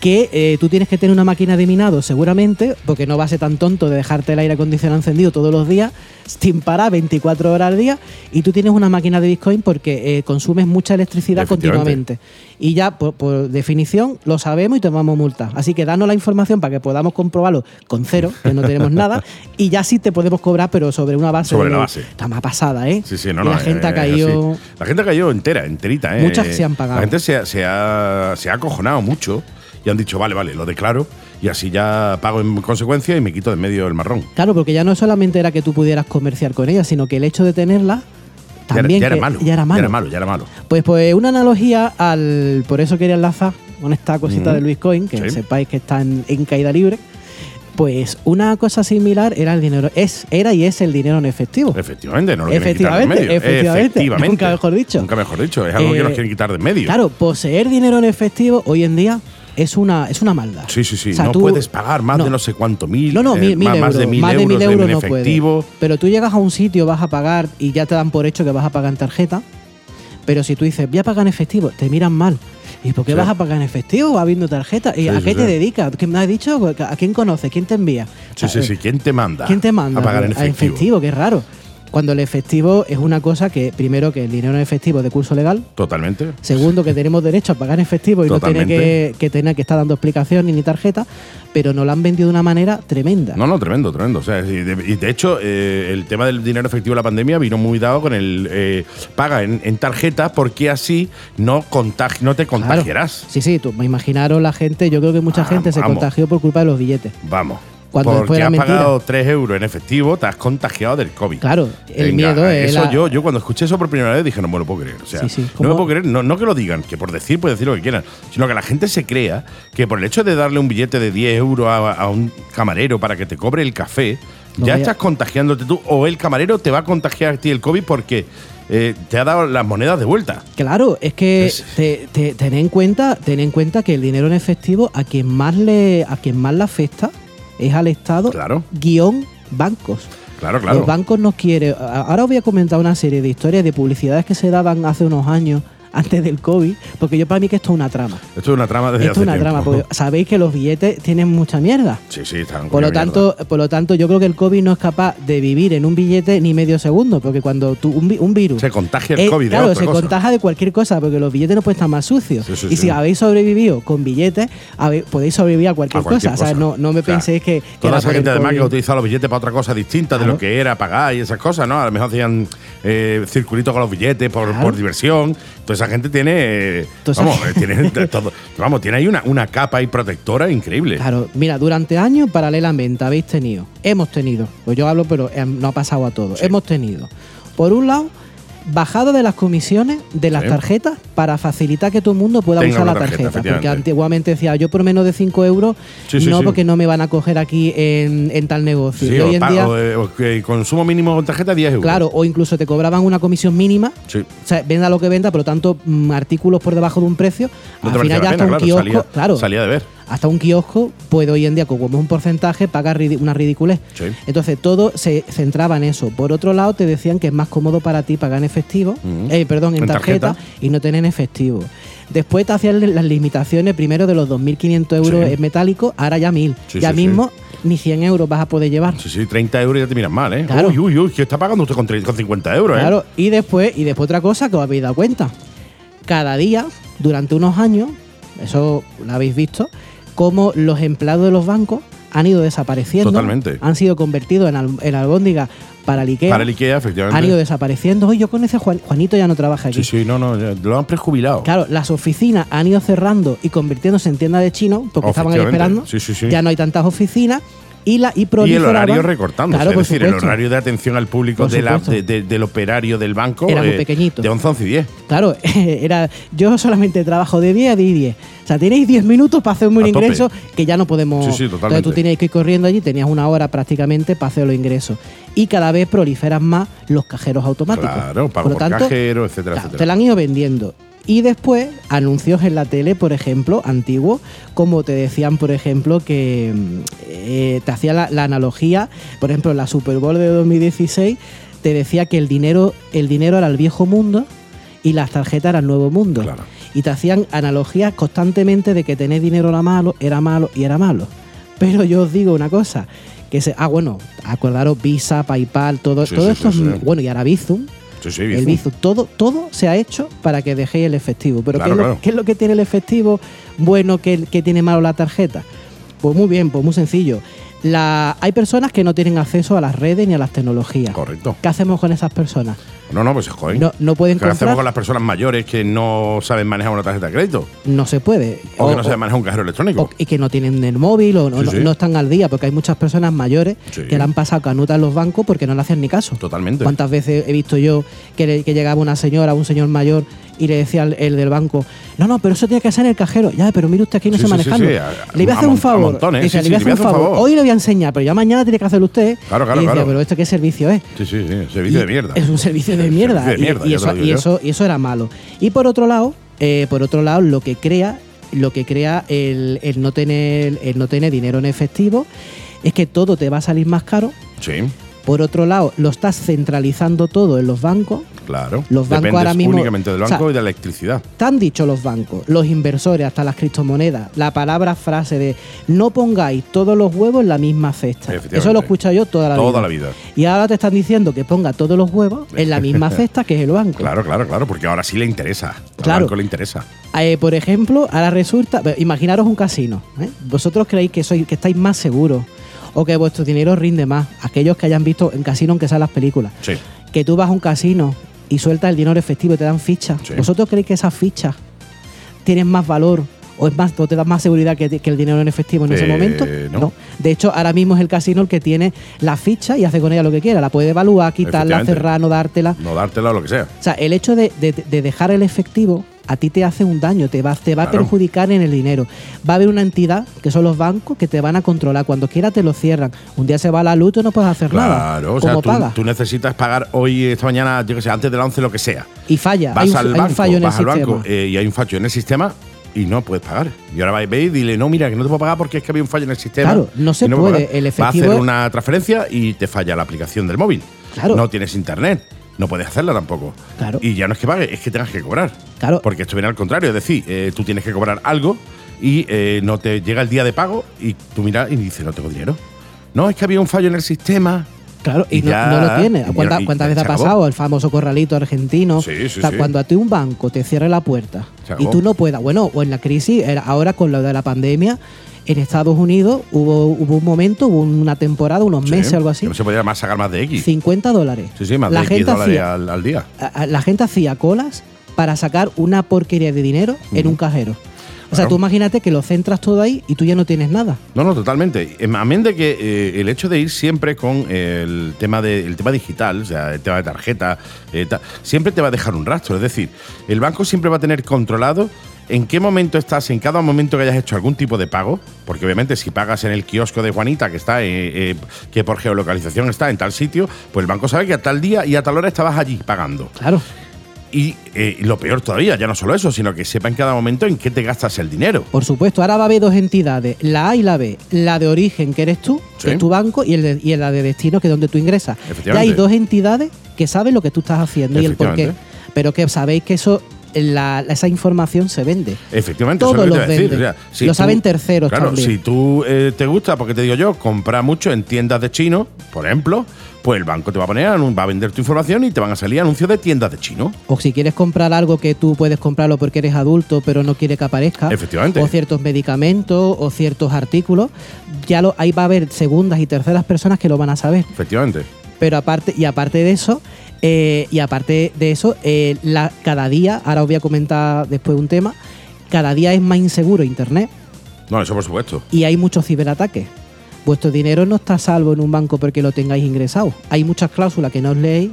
C: que eh, tú tienes que tener una máquina de minado seguramente, porque no va a ser tan tonto de dejarte el aire acondicionado encendido todos los días, sin parar 24 horas al día, y tú tienes una máquina de Bitcoin porque eh, consumes mucha electricidad
B: Efectivamente.
C: continuamente. Y ya, por, por definición, lo sabemos y tomamos multa. Así que danos la información para que podamos comprobarlo con cero, que no tenemos nada, y ya sí te podemos cobrar, pero sobre una base.
B: Sobre
C: de-
B: la base.
C: Está más pasada, ¿eh?
B: Sí, sí, no,
C: Y
B: no,
C: la
B: eh,
C: gente ha
B: eh,
C: caído...
B: sí. La gente ha caído entera, enterita, ¿eh?
C: Muchas se han pagado.
B: La gente se, ha- se ha, se ha acojonado mucho y han dicho, vale, vale, lo declaro y así ya pago en consecuencia y me quito de en medio el marrón.
C: Claro, porque ya no solamente era que tú pudieras comerciar con ella, sino que el hecho de tenerla
B: Ya era-
C: también
B: ya, era,
C: que-
B: malo,
C: ya era malo.
B: Ya era malo, ya era malo.
C: Pues, pues una analogía al. Por eso quería enlazar con esta cosita
B: Ujú.
C: de Luis Coin, que
B: Sí.
C: sepáis que está en, en caída libre. Pues una cosa similar era el dinero. Es, era y es el dinero en efectivo.
B: Efectivamente, no lo quieren quitar de en
C: Oh. Efectivamente,
B: medio.
C: efectivamente, nunca mejor dicho.
B: Nunca mejor dicho. Es algo que
C: Eh,
B: nos quieren quitar de en medio.
C: Claro, poseer dinero en efectivo hoy en día es una, es una maldad.
B: Sí, sí, sí.
C: O sea,
B: no
C: tú-
B: puedes pagar más
C: no.
B: de no sé cuánto mil.
C: No, no,
B: eh,
C: mil, mil
B: más,
C: euros.
B: más de mil euros, de mil
C: no puede.
B: efectivo.
C: Pero tú llegas a un sitio, vas a pagar y ya te dan por hecho que vas a pagar en tarjeta. Pero si tú dices, voy a pagar en efectivo, te miran mal. ¿Y por qué
B: Sí.
C: vas a pagar en efectivo? ¿Vas viendo tarjeta? ¿Y
B: Sí,
C: a
B: sí,
C: qué te
B: sí.
C: dedicas? ¿Qué me has dicho? ¿A quién conoces? ¿Quién te envía?
B: Sí,
C: O sea,
B: sí, sí. ¿Quién te manda?
C: ¿Quién te manda?
B: A pagar en
C: A
B: efectivo.
C: qué raro. Cuando el efectivo es una cosa que, primero, que el dinero en efectivo es de curso legal.
B: Totalmente.
C: Segundo, que tenemos derecho a pagar en efectivo y no
B: Totalmente.
C: tiene que, que tener que estar dando explicaciones ni tarjeta, pero nos lo han vendido de una manera tremenda.
B: No, no, tremendo, tremendo. O sea, y de, y de hecho, eh, el tema del dinero efectivo de la pandemia vino muy dado con el eh, paga en, en tarjeta porque así no, contag no te
C: Claro.
B: contagiarás.
C: Sí, sí, tú me imaginaron la gente, yo creo que mucha
B: Ah,
C: gente se
B: vamos.
C: contagió por culpa de los billetes.
B: Vamos.
C: Cuando
B: porque
C: fuera
B: has
C: mentira.
B: pagado 3 euros en efectivo, te has contagiado del COVID.
C: Claro, el
B: Venga,
C: miedo es
B: eso
C: la-
B: yo, yo cuando escuché eso por primera vez dije, no me lo puedo creer. O sea,
C: Sí, sí,
B: no
C: ¿cómo?
B: me puedo creer, no, no que lo digan, que por decir puede decir lo que quieran, sino que la gente se crea que por el hecho de darle un billete de 10 euros a, a un camarero para que te cobre el café,
C: No,
B: ya
C: vaya.
B: estás contagiándote tú o el camarero te va a contagiar a ti el COVID porque eh, te ha dado las monedas de vuelta.
C: Claro, es que
B: Sí, sí.
C: te, te- ten en cuenta, ten en cuenta que el dinero en efectivo a quien más le, a quien más le afecta es al Estado
B: Claro.
C: guión bancos.
B: Claro, claro.
C: Los bancos nos quieren. a- Ahora os voy a comentar una serie de historias de publicidades que se daban hace unos años antes del COVID, porque yo para mí que esto es una trama.
B: Esto es una trama desde
C: Esto es
B: hace
C: una trama,
B: tiempo.
C: porque sabéis que los billetes tienen mucha mierda.
B: Sí, sí, están
C: Por
B: comiendo
C: lo, tanto, por lo tanto, yo creo que el COVID no es capaz de vivir en un billete ni medio segundo, porque cuando tú, un, vi- un virus...
B: mierda. se contagia el
C: Eh,
B: COVID. de
C: claro,
B: otra
C: se
B: cosa.
C: contagia de cualquier cosa, porque los billetes no pueden estar más sucios.
B: Sí, sí,
C: y
B: sí.
C: si habéis sobrevivido con billetes, habe- podéis sobrevivir a cualquier,
B: A cualquier
C: cosa. O sea,
B: cosa.
C: no, no me
B: O sea,
C: penséis que... que
B: Toda
C: era
B: esa
C: por el
B: gente además que
C: COVID.
B: utilizaba los billetes para otra cosa distinta de
C: Claro.
B: lo que era pagar y esas cosas, ¿no? A lo mejor hacían eh, circulitos con los billetes por,
C: Claro.
B: por diversión. Toda esa gente tiene. eh,
C: Toda esa
B: vamos,
C: gente-
B: tiene de todo- vamos, tiene ahí una, una capa y protectora increíble.
C: Claro, mira, durante años paralelamente habéis tenido, hemos tenido, pues yo hablo, pero eh, no ha pasado a todos,
B: Sí.
C: hemos tenido, por un lado, bajada de las comisiones de las
B: Sí.
C: tarjetas para facilitar que todo el mundo pueda
B: Tenga
C: usar
B: una
C: la
B: tarjeta,
C: tarjeta, porque
B: efectivamente.
C: antiguamente decía, yo por menos de 5 euros,
B: Sí, sí,
C: no
B: sí.
C: porque no me van a coger aquí en, en tal negocio.
B: Sí,
C: Y
B: o
C: hoy en
B: pa-
C: día,
B: o, eh, o que consumo mínimo con tarjeta 10 euros.
C: claro, o incluso te cobraban una comisión mínima
B: Sí.
C: o sea, venda lo que venda, por lo tanto, mm, artículos por debajo de un precio.
B: No te merece
C: al final
B: la
C: ya
B: pena,
C: hasta un
B: claro,
C: kiosco,
B: salía-
C: claro,
B: salía de ver.
C: hasta un kiosco puede hoy en día, como es un porcentaje, pagar ridi- una ridiculez.
B: Sí.
C: Entonces todo se centraba en eso. Por otro lado, te decían que es más cómodo para ti pagar en efectivo,
B: Ujú.
C: eh, perdón, en,
B: Mm. En tarjeta.
C: tarjeta, y no tener en efectivo. Después te hacían las limitaciones primero de los 2.500 euros
B: Sí.
C: en metálico, ahora ya 1.000.
B: Sí,
C: ya
B: sí,
C: mismo ni 100 euros vas a poder llevar.
B: Sí, sí, 30 euros ya te miran mal, ¿eh?
C: Claro.
B: Uy, uy, uy, que está pagando usted con, tre- con 50 euros, ¿eh?
C: Claro, y después, y después otra cosa que os habéis dado cuenta. Cada día, durante unos años, eso lo habéis visto, cómo los empleados de los bancos han ido desapareciendo.
B: Totalmente.
C: Han sido convertidos en, al- en albóndigas para el Ikea.
B: Para el Ikea, efectivamente.
C: han ido desapareciendo. Oye, yo con ese Juan- Juanito ya no trabaja aquí.
B: sí, sí, no, no, ya lo han prejubilado.
C: Claro, las oficinas han ido cerrando y convirtiéndose en tiendas de chino porque estaban ahí
B: Efectivamente.
C: esperando.
B: Sí, sí, sí.
C: Ya no hay tantas oficinas. y, la, y
B: Y el
C: proliferaban-
B: horario recortando.
C: Claro, por
B: es decir, el
C: supuesto.
B: horario de atención al público
C: Por
B: de la-
C: supuesto.
B: de- de- del operario del banco
C: Era muy
B: eh,
C: pequeñito.
B: De 11 a 11 y 10.
C: Claro, era yo solamente trabajo de 10 a 10 y 10. O sea, tenéis 10 minutos para hacer un
B: A tope.
C: ingreso que ya no podemos.
B: Sí, sí, totalmente.
C: Entonces tú tenías que ir corriendo allí, tenías una hora prácticamente para hacer los ingresos. Y cada vez proliferan más los cajeros automáticos.
B: Claro, pago
C: lo
B: por cajero, etcétera,
C: claro,
B: etcétera.
C: te la han ido vendiendo. Y después, anuncios en la tele, por ejemplo, antiguos, como te decían, por ejemplo, que mm, eh, te hacía la, la analogía, por ejemplo, en la Super Bowl de 2016, te decía que el dinero, el dinero era el viejo mundo y las tarjetas eran el nuevo mundo.
B: Claro.
C: Y te hacían analogías constantemente de que tener dinero era malo, era malo y era malo. Pero yo os digo una cosa, que se, ah, bueno, acordaros Visa, PayPal, todo,
B: Sí,
C: todo
B: sí,
C: esto
B: sí,
C: es-
B: sí.
C: bueno, y ahora Bizum,
B: Sí, sí,
C: el
B: Bizum.
C: Bizum, todo, todo se ha hecho para que dejéis el efectivo. Pero
B: Claro,
C: ¿qué, es
B: claro.
C: lo, qué es lo que tiene el efectivo bueno que, que tiene malo la tarjeta? Pues muy bien, pues muy sencillo. La, hay personas que no tienen acceso a las redes ni a las tecnologías.
B: Correcto.
C: ¿Qué hacemos con esas personas?
B: No, no, pues es joven.
C: No, no pueden
B: ¿Qué hacemos
C: comprar,
B: con las personas mayores que no saben manejar una tarjeta de crédito?
C: no se puede.
B: O, que
C: O-
B: no saben manejar un cajero electrónico.
C: o- y que no tienen el móvil o no,
B: Sí,
C: no-
B: sí.
C: no están al día, porque hay muchas personas mayores
B: Sí.
C: que le han pasado canuta en los bancos porque no le hacían ni caso.
B: Totalmente.
C: ¿Cuántas veces he visto yo que, le- que llegaba una señora, un señor mayor, y le decía al- el del banco, no, no, pero eso tiene que ser en el cajero. Ya, pero mire usted aquí no
B: Sí,
C: sé
B: sí, sí,
C: manejarlo.
B: sí, a-
C: le voy a
B: a
C: hacer un
B: mon- a
C: favor.
B: montones,
C: Dice,
B: sí,
C: le voy a
B: sí,
C: hacer un favor. Hoy le voy a enseñar, pero ya mañana tiene que hacerlo usted. ¿eh?
B: Claro, claro,
C: y decía,
B: claro.
C: pero esto qué servicio es.
B: Sí, sí, sí. Servicio
C: Y
B: de mierda.
C: Es un servicio de
B: Servicio
C: mierda.
B: de
C: Y-
B: mierda,
C: y,
B: ya te
C: eso,
B: lo digo
C: y
B: yo.
C: eso, y eso era malo. Y por otro lado, eh, por otro lado, lo que crea, lo que crea el, el no tener, el no tener dinero en efectivo, es que todo te va a salir más caro.
B: Sí,
C: Por otro lado, lo estás centralizando todo en los bancos.
B: claro.
C: Los bancos
B: Dependes
C: ahora mismo-
B: únicamente del
C: o sea,
B: banco y de la electricidad.
C: Te han dicho los bancos, los inversores, hasta las criptomonedas, la palabra frase de no pongáis todos los huevos en la misma cesta.
B: Efectivamente.
C: Eso lo he escuchado yo toda la
B: Toda
C: vida.
B: la vida.
C: Y ahora te están diciendo que ponga todos los huevos en la misma cesta que es el banco.
B: Claro, claro, claro, porque ahora sí le interesa. Al
C: Claro.
B: banco le interesa.
C: Eh, por ejemplo, ahora resulta, pero imaginaros un casino. ¿eh? Vosotros creéis que sois, que estáis más seguros o que vuestro dinero rinde más. Aquellos que hayan visto en casino, aunque sean las películas,
B: Sí.
C: que tú vas a un casino y sueltas el dinero efectivo y te dan fichas.
B: Sí.
C: ¿Vosotros creéis que esas fichas tienen más valor o es más, o te dan más seguridad que, que el dinero en efectivo en ese
B: Eh,
C: momento?
B: no.
C: De hecho, ahora mismo es el casino el que tiene la ficha y hace con ella lo que quiera. La puede evaluar, quitarla,
B: Efectivamente.
C: cerrar, no dártela.
B: No dártela o lo que sea.
C: O sea, el hecho de, de- de dejar el efectivo a ti te hace un daño, te va, te va a
B: Claro.
C: perjudicar en el dinero. Va a haber una entidad, que son los bancos, que te van a controlar. Cuando quiera te lo cierran. Un día se va la luz, tú no puedes hacer nada.
B: Claro, o sea,
C: ¿Cómo
B: tú,
C: pagas?
B: tú necesitas pagar hoy, esta mañana, yo que sé, antes del 11, lo que sea.
C: y falla.
B: Vas
C: hay un,
B: al
C: hay un
B: banco,
C: fallo en el
B: vas al
C: sistema.
B: banco eh, y hay un fallo en el sistema y no puedes pagar. Y ahora vais, ve y dile, no, mira, que no te puedo pagar porque es que había un fallo en el sistema.
C: Claro, no se
B: y puedo
C: puede,
B: pagar.
C: el
B: Va a hacer
C: efectivo-
B: una transferencia y te falla la aplicación del móvil.
C: Claro.
B: No tienes internet. No puedes hacerla tampoco.
C: Claro.
B: Y ya no es que pague, es que tengas que cobrar.
C: Claro.
B: Porque esto viene al contrario. Es decir, eh, tú tienes que cobrar algo y eh, no te llega el día de pago y tú miras y dices, no tengo dinero. No, es que había un fallo en el sistema.
C: Claro, y,
B: Y
C: no-
B: ya,
C: no, lo tiene.
B: y ya-
C: ¿Cuánta-
B: y
C: ¿Cuántas
B: ya
C: veces ha
B: se acabó.
C: pasado? El famoso corralito argentino.
B: Sí, sí,
C: O sea,
B: sí.
C: cuando a ti un banco te cierre la puerta
B: Se
C: y
B: acabó.
C: tú no puedas, bueno, o en la crisis, era ahora con lo de la pandemia, en Estados Unidos hubo, hubo un momento, hubo una temporada, unos meses,
B: Sí,
C: algo así,
B: que No se podía más sacar más de X.
C: 50 dólares.
B: Sí, sí, más
C: la
B: de X
C: gente
B: dólares
C: hacía,
B: al, al día.
C: a- a- La gente hacía colas para sacar una porquería de dinero en un cajero. O sea,
B: Claro.
C: tú imagínate que lo centras todo ahí y tú ya no tienes nada.
B: No, no, totalmente. Em, Amén de que eh, el hecho de ir siempre con eh, el tema de, el tema digital, o sea, el tema de tarjeta, eh, ta- siempre te va a dejar un rastro. Es decir, el banco siempre va a tener controlado en qué momento estás, en cada momento que hayas hecho algún tipo de pago, porque obviamente si pagas en el kiosco de Juanita, que está eh, eh, que por geolocalización está en tal sitio, pues el banco sabe que a tal día y a tal hora estabas allí pagando.
C: Claro.
B: Y eh, lo peor todavía, ya no solo eso, sino que sepa en cada momento en qué te gastas el dinero.
C: Por supuesto, ahora va a haber dos entidades, la A y la B. La de origen, que eres tú, que
B: Sí.
C: es tu banco, y, el de- y la de destino, que es donde tú ingresas.
B: Efectivamente.
C: Ya hay dos entidades que saben lo que tú estás haciendo y el por qué. Pero que sabéis que eso, la- esa información se vende.
B: Efectivamente,
C: Todos
B: eso es lo que
C: los
B: te iba a decir.
C: venden. Lo saben terceros
B: Claro,
C: también.
B: si tú eh, te gusta, porque te digo yo, comprar mucho en tiendas de chino, por ejemplo, pues el banco te va a poner, anu- va a vender tu información y te van a salir anuncios de tiendas de chino.
C: O si quieres comprar algo que tú puedes comprarlo porque eres adulto, pero no quiere que aparezca.
B: Efectivamente.
C: O ciertos medicamentos o ciertos artículos. Ya lo, ahí va a haber segundas y terceras personas que lo van a saber.
B: Efectivamente.
C: Pero aparte, y aparte de eso, eh, y aparte de eso, eh, la, cada día, ahora os voy a comentar después un tema, cada día es más inseguro internet
B: No, eso por supuesto.
C: y hay muchos ciberataques. vuestro dinero no está a salvo en un banco porque lo tengáis ingresado. Hay muchas cláusulas que no os leéis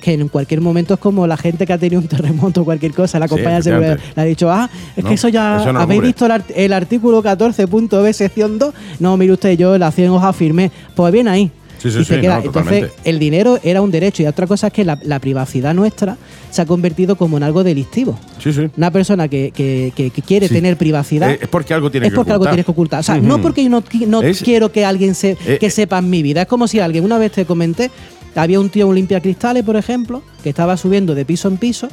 C: que en cualquier momento es como la gente que ha tenido un terremoto o cualquier cosa, la
B: Sí,
C: compañía de seguridad
B: efectivamente.
C: le ha dicho, ah, es
B: No,
C: que eso ya
B: eso no lo
C: habéis
B: cubre.
C: visto el, art- el artículo 14.b sección 2. No, mire usted, yo la 100 hoja firmé. Pues bien ahí.
B: Sí, sí,
C: Y se
B: sí,
C: queda.
B: no,
C: Entonces,
B: totalmente.
C: el dinero era un derecho y otra cosa es que la, la privacidad nuestra se ha convertido como en algo delictivo.
B: Sí, sí.
C: Una persona que, que- que- que quiere
B: Sí.
C: tener privacidad
B: Eh, es porque algo tiene
C: es
B: que
C: porque algo
B: ocultar.
C: tienes que ocultar. O sea,
B: Ujú.
C: no porque yo no, qui- no
B: Es-
C: quiero que alguien se,
B: Eh, eh.
C: que sepa mi vida. Es como si alguien, una vez te comenté, había un tío, un limpiacristales, por ejemplo, que estaba subiendo de piso en piso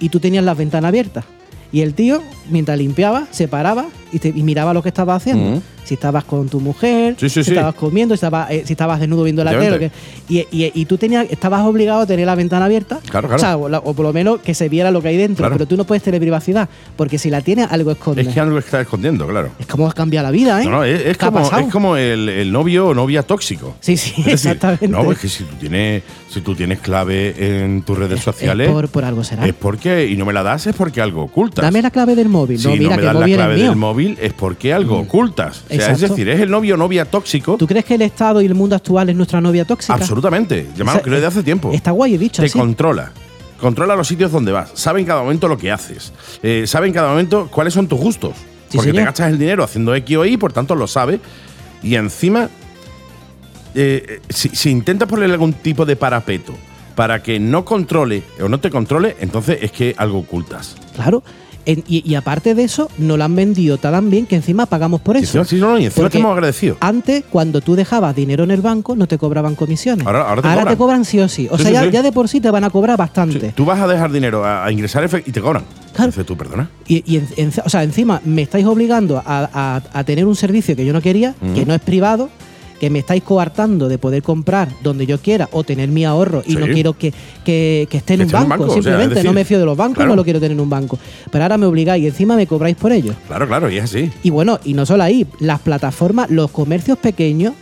C: y tú tenías las ventanas abiertas. Y el tío, mientras limpiaba, se paraba y, te- y miraba lo que estabas haciendo.
B: Ujú.
C: Si estabas con tu mujer,
B: Sí, sí,
C: si
B: sí.
C: estabas comiendo, si estabas, eh, si estabas desnudo viendo la tele. lo que- y, y- y tú tenías, estabas obligado a tener la ventana abierta.
B: Claro, claro.
C: O, sea, o la- o por lo menos que se viera lo que hay dentro.
B: Claro.
C: Pero tú no puedes tener privacidad, porque si la tienes, algo escondes.
B: Es que algo está escondiendo, claro.
C: Es como cambia la vida, ¿eh?
B: No, no, es, es
C: ¿Qué ha
B: como,
C: pasado?
B: es como el, el novio o novia tóxico.
C: Sí, sí,
B: Es decir,
C: exactamente.
B: No, pues, es que si tú tienes, si tú tienes clave en tus redes
C: Es-
B: sociales,
C: es por, por algo será.
B: es porque, y no me la das, es porque algo ocultas.
C: Dame la clave del móvil.
B: si
C: no, mira,
B: no me
C: que el
B: das la
C: móvil es
B: clave
C: mío.
B: del móvil, es porque algo ocultas. O sea, es
C: Exacto.
B: decir, es el novio o novia tóxico.
C: ¿Tú crees que el Estado y el mundo actual es nuestra novia tóxica?
B: Absolutamente. Llamaron
C: O sea,
B: que lo de hace tiempo.
C: Está guay, he dicho
B: Te
C: así.
B: controla. Controla los sitios donde vas. Sabe en cada momento lo que haces. Eh, sabe en cada momento cuáles son tus gustos.
C: Sí,
B: porque te
C: señor.
B: gastas el dinero haciendo X o Y, por tanto lo sabe. Y encima, eh, eh, si, si intentas ponerle algún tipo de parapeto para que no controle o no te controle, entonces es que algo ocultas.
C: Claro. En- y, y aparte de eso, no la han vendido tan bien que encima pagamos por
B: Si
C: eso.
B: encima- si no, no, y encima
C: Porque
B: estamos agradecidos.
C: Antes, cuando tú dejabas dinero en el banco, no te cobraban comisiones.
B: Ahora- ahora te cobran.
C: sí o sí. O
B: Sí,
C: sea,
B: sí,
C: ya,
B: sí.
C: ya de por sí te van a cobrar
B: Sí,
C: bastante.
B: tú vas a dejar dinero a, a ingresar efe- y te cobran.
C: Claro.
B: Dices tú, perdona.
C: Y, y en- en- o sea, encima me estáis obligando a, a- a tener un servicio que yo no quería, que no es privado, que me estáis coartando de poder comprar donde yo quiera o tener mi ahorro y
B: Sí.
C: no quiero que, que- que esté en
B: Que
C: un
B: esté en un
C: banco.
B: banco, o sea, es
C: Simplemente
B: decir,
C: no me fío de los bancos,
B: claro.
C: no lo quiero tener en un banco. Pero ahora me obligáis y encima me cobráis por ello.
B: Claro, claro, y es así.
C: Y bueno, y no solo ahí, las plataformas, los comercios pequeños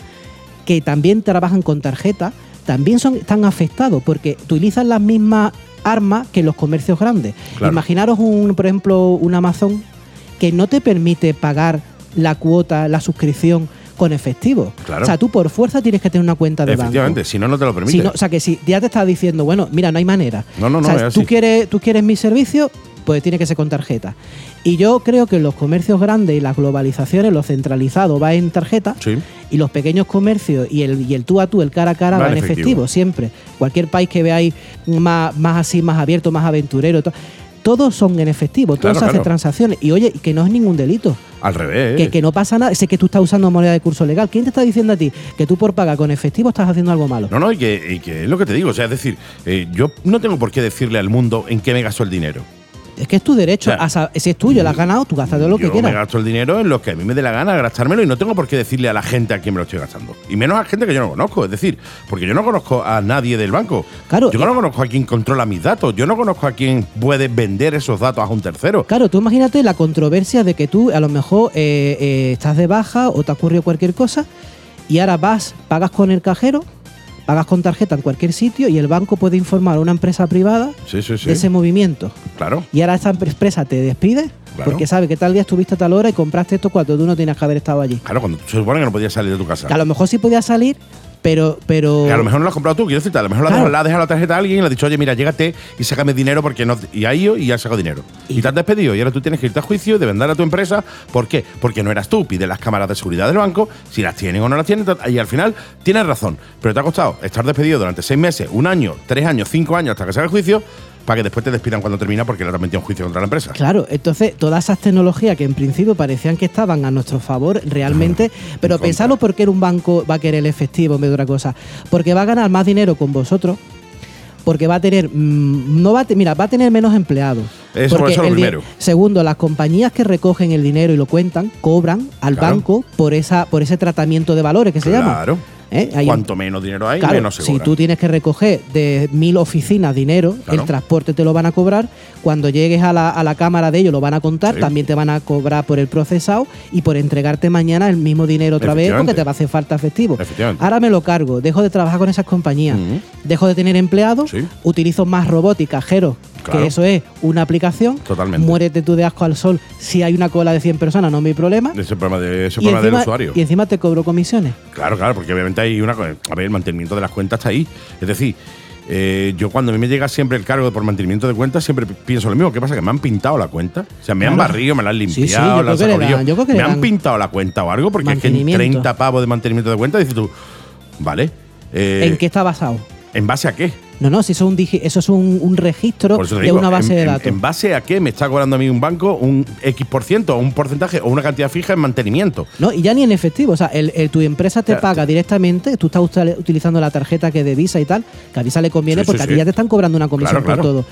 C: que también trabajan con tarjeta, también son, están afectados porque utilizan las mismas armas que los comercios grandes.
B: Claro.
C: Imaginaros, un, por ejemplo, un Amazon que no te permite pagar la cuota, la suscripción con efectivo.
B: Claro.
C: O sea, tú por fuerza tienes que tener una cuenta de
B: Efectivamente,
C: banco.
B: si no, no te lo permite.
C: Si no- o sea, que si ya te está diciendo, bueno, mira, no hay manera.
B: No, no, no,
C: O sea,
B: es así.
C: tú quieres, tú quieres mi servicio, pues tiene que ser con tarjeta. Y yo creo que los comercios grandes y las globalizaciones, lo centralizado va en tarjeta
B: Sí.
C: y los pequeños comercios y el, y el tú a tú, el cara a cara,
B: Va
C: va
B: en
C: en
B: efectivo.
C: efectivo. siempre. Cualquier país que veáis más, más así, más abierto, más aventurero, to- todos son en efectivo,
B: Claro,
C: todos hacen
B: claro.
C: transacciones. Y oye, que no es ningún delito.
B: Al revés.
C: Que, que no pasa nada, sé que tú estás usando moneda de curso legal. ¿Quién te está diciendo a ti que tú por pagar con efectivo estás haciendo algo malo?
B: No, no, y que, y que es lo que te digo. O sea, es decir, eh, yo no tengo por qué decirle al mundo en qué me gasto el dinero.
C: Es que es tu derecho.
B: Claro.
C: a sa- si es tuyo, lo has ganado, tú gastas lo que
B: yo
C: quieras.
B: me gasto el dinero en lo que a mí me dé la gana gastármelo y no tengo por qué decirle a la gente a quién me lo estoy gastando. Y menos a gente que yo no conozco. Es decir, porque yo no conozco a nadie del banco.
C: Claro,
B: Yo
C: eh.
B: no conozco a quien controla mis datos. Yo no conozco a quien puede vender esos datos a un tercero.
C: Claro, tú imagínate la controversia de que tú a lo mejor eh, eh, estás de baja o te ha ocurrido cualquier cosa y ahora vas, pagas con el cajero, pagas con tarjeta en cualquier sitio y el banco puede informar a una empresa privada
B: Sí, sí, sí.
C: de ese movimiento.
B: Claro.
C: Y ahora esa empresa te despide
B: Claro.
C: porque sabe que tal día estuviste a tal hora y compraste esto cuando tú no tenías que haber estado allí.
B: Claro, cuando tú se supone que no podías salir de tu casa.
C: Que a lo mejor sí podías salir, pero... pero
B: Que a lo mejor no lo has comprado tú, quiero decirte, a lo mejor la
C: Claro.
B: dejas- la has dejado la tarjeta a alguien y le has dicho, oye, mira, llégate y sácame dinero porque no. Y ahí yo y ya saco dinero. Y,
C: Y-
B: te has despedido y ahora tú tienes que irte a juicio de vender a tu empresa. ¿Por qué? Porque no eras tú. Pide las cámaras de seguridad del banco, si las tienen o no las tienen. Y al final tienes razón. Pero te ha costado estar despedido durante seis meses, un año, tres años, cinco años hasta que salga el juicio para que después te despidan cuando termina porque le has metido un juicio contra la empresa.
C: Claro, entonces todas esas tecnologías que en principio parecían que estaban a nuestro favor realmente, pero
B: contra.
C: pensadlo por qué un banco va a querer el efectivo en vez de otra cosa, porque va a ganar más dinero con vosotros, porque va a tener mm, no va a te- mira, va a tener menos empleados.
B: Eso-
C: Porque
B: eso lo
C: el di-
B: primero.
C: Segundo, las compañías que recogen el dinero y lo cuentan cobran al
B: Claro.
C: banco por esa por ese tratamiento de valores que se llama.
B: Claro.
C: ¿Eh? Hay un-
B: Cuanto menos dinero hay,
C: Claro,
B: menos se
C: si
B: cobra.
C: tú tienes que recoger de mil oficinas dinero,
B: Claro.
C: el transporte te lo van a cobrar. Cuando llegues a la, a la cámara de ellos lo van a contar.
B: Sí.
C: También te van a cobrar por el procesado y por entregarte mañana el mismo dinero otra vez
B: Efectivamente.
C: porque te va a hacer falta efectivo.
B: Efectivamente.
C: Ahora me lo cargo, dejo de trabajar con esas compañías,
B: Ujú.
C: dejo de tener empleados,
B: Sí.
C: utilizo más robóticas, cajeros
B: Claro.
C: Que eso es una aplicación.
B: Totalmente.
C: Muérete tú de asco al sol. Si hay una cola de 100 personas, no es mi problema.
B: Ese es el problema, de, ese es el
C: Y
B: problema
C: encima-
B: del usuario.
C: y encima te cobro comisiones.
B: Claro, claro, porque obviamente hay una. co- A ver, el mantenimiento de las cuentas está ahí. Es decir, eh, yo cuando a mí me llega siempre el cargo por mantenimiento de cuentas, siempre pi- pienso lo mismo. ¿Qué pasa? Que me han pintado la cuenta. O sea, me han
C: Claro.
B: barrido, me la han
C: Sí, sí,
B: limpiado,
C: yo
B: la han
C: creo que le
B: sacudido.
C: dan- yo creo que
B: me
C: le
B: han
C: dan
B: pintado la cuenta o algo, porque es que en
C: mantenimiento.
B: 30 pavos de mantenimiento de cuenta, dices tú, vale. eh,
C: ¿En qué está basado?
B: ¿En base a qué?
C: No, no, si eso es un, digi- eso es un, un registro
B: Por eso te
C: de
B: digo,
C: una base
B: en,
C: de
B: en-
C: datos.
B: ¿En base a qué me está cobrando a mí un banco un X por ciento o un porcentaje o una cantidad fija en mantenimiento?
C: No, y ya ni en efectivo. O sea, el, el- tu empresa te
B: Claro.
C: paga directamente, tú estás usa- utilizando la tarjeta que es de Visa y tal, que a Visa le conviene
B: Sí, sí,
C: porque a ti
B: sí.
C: ya te están cobrando una comisión
B: Claro,
C: por
B: claro.
C: todo.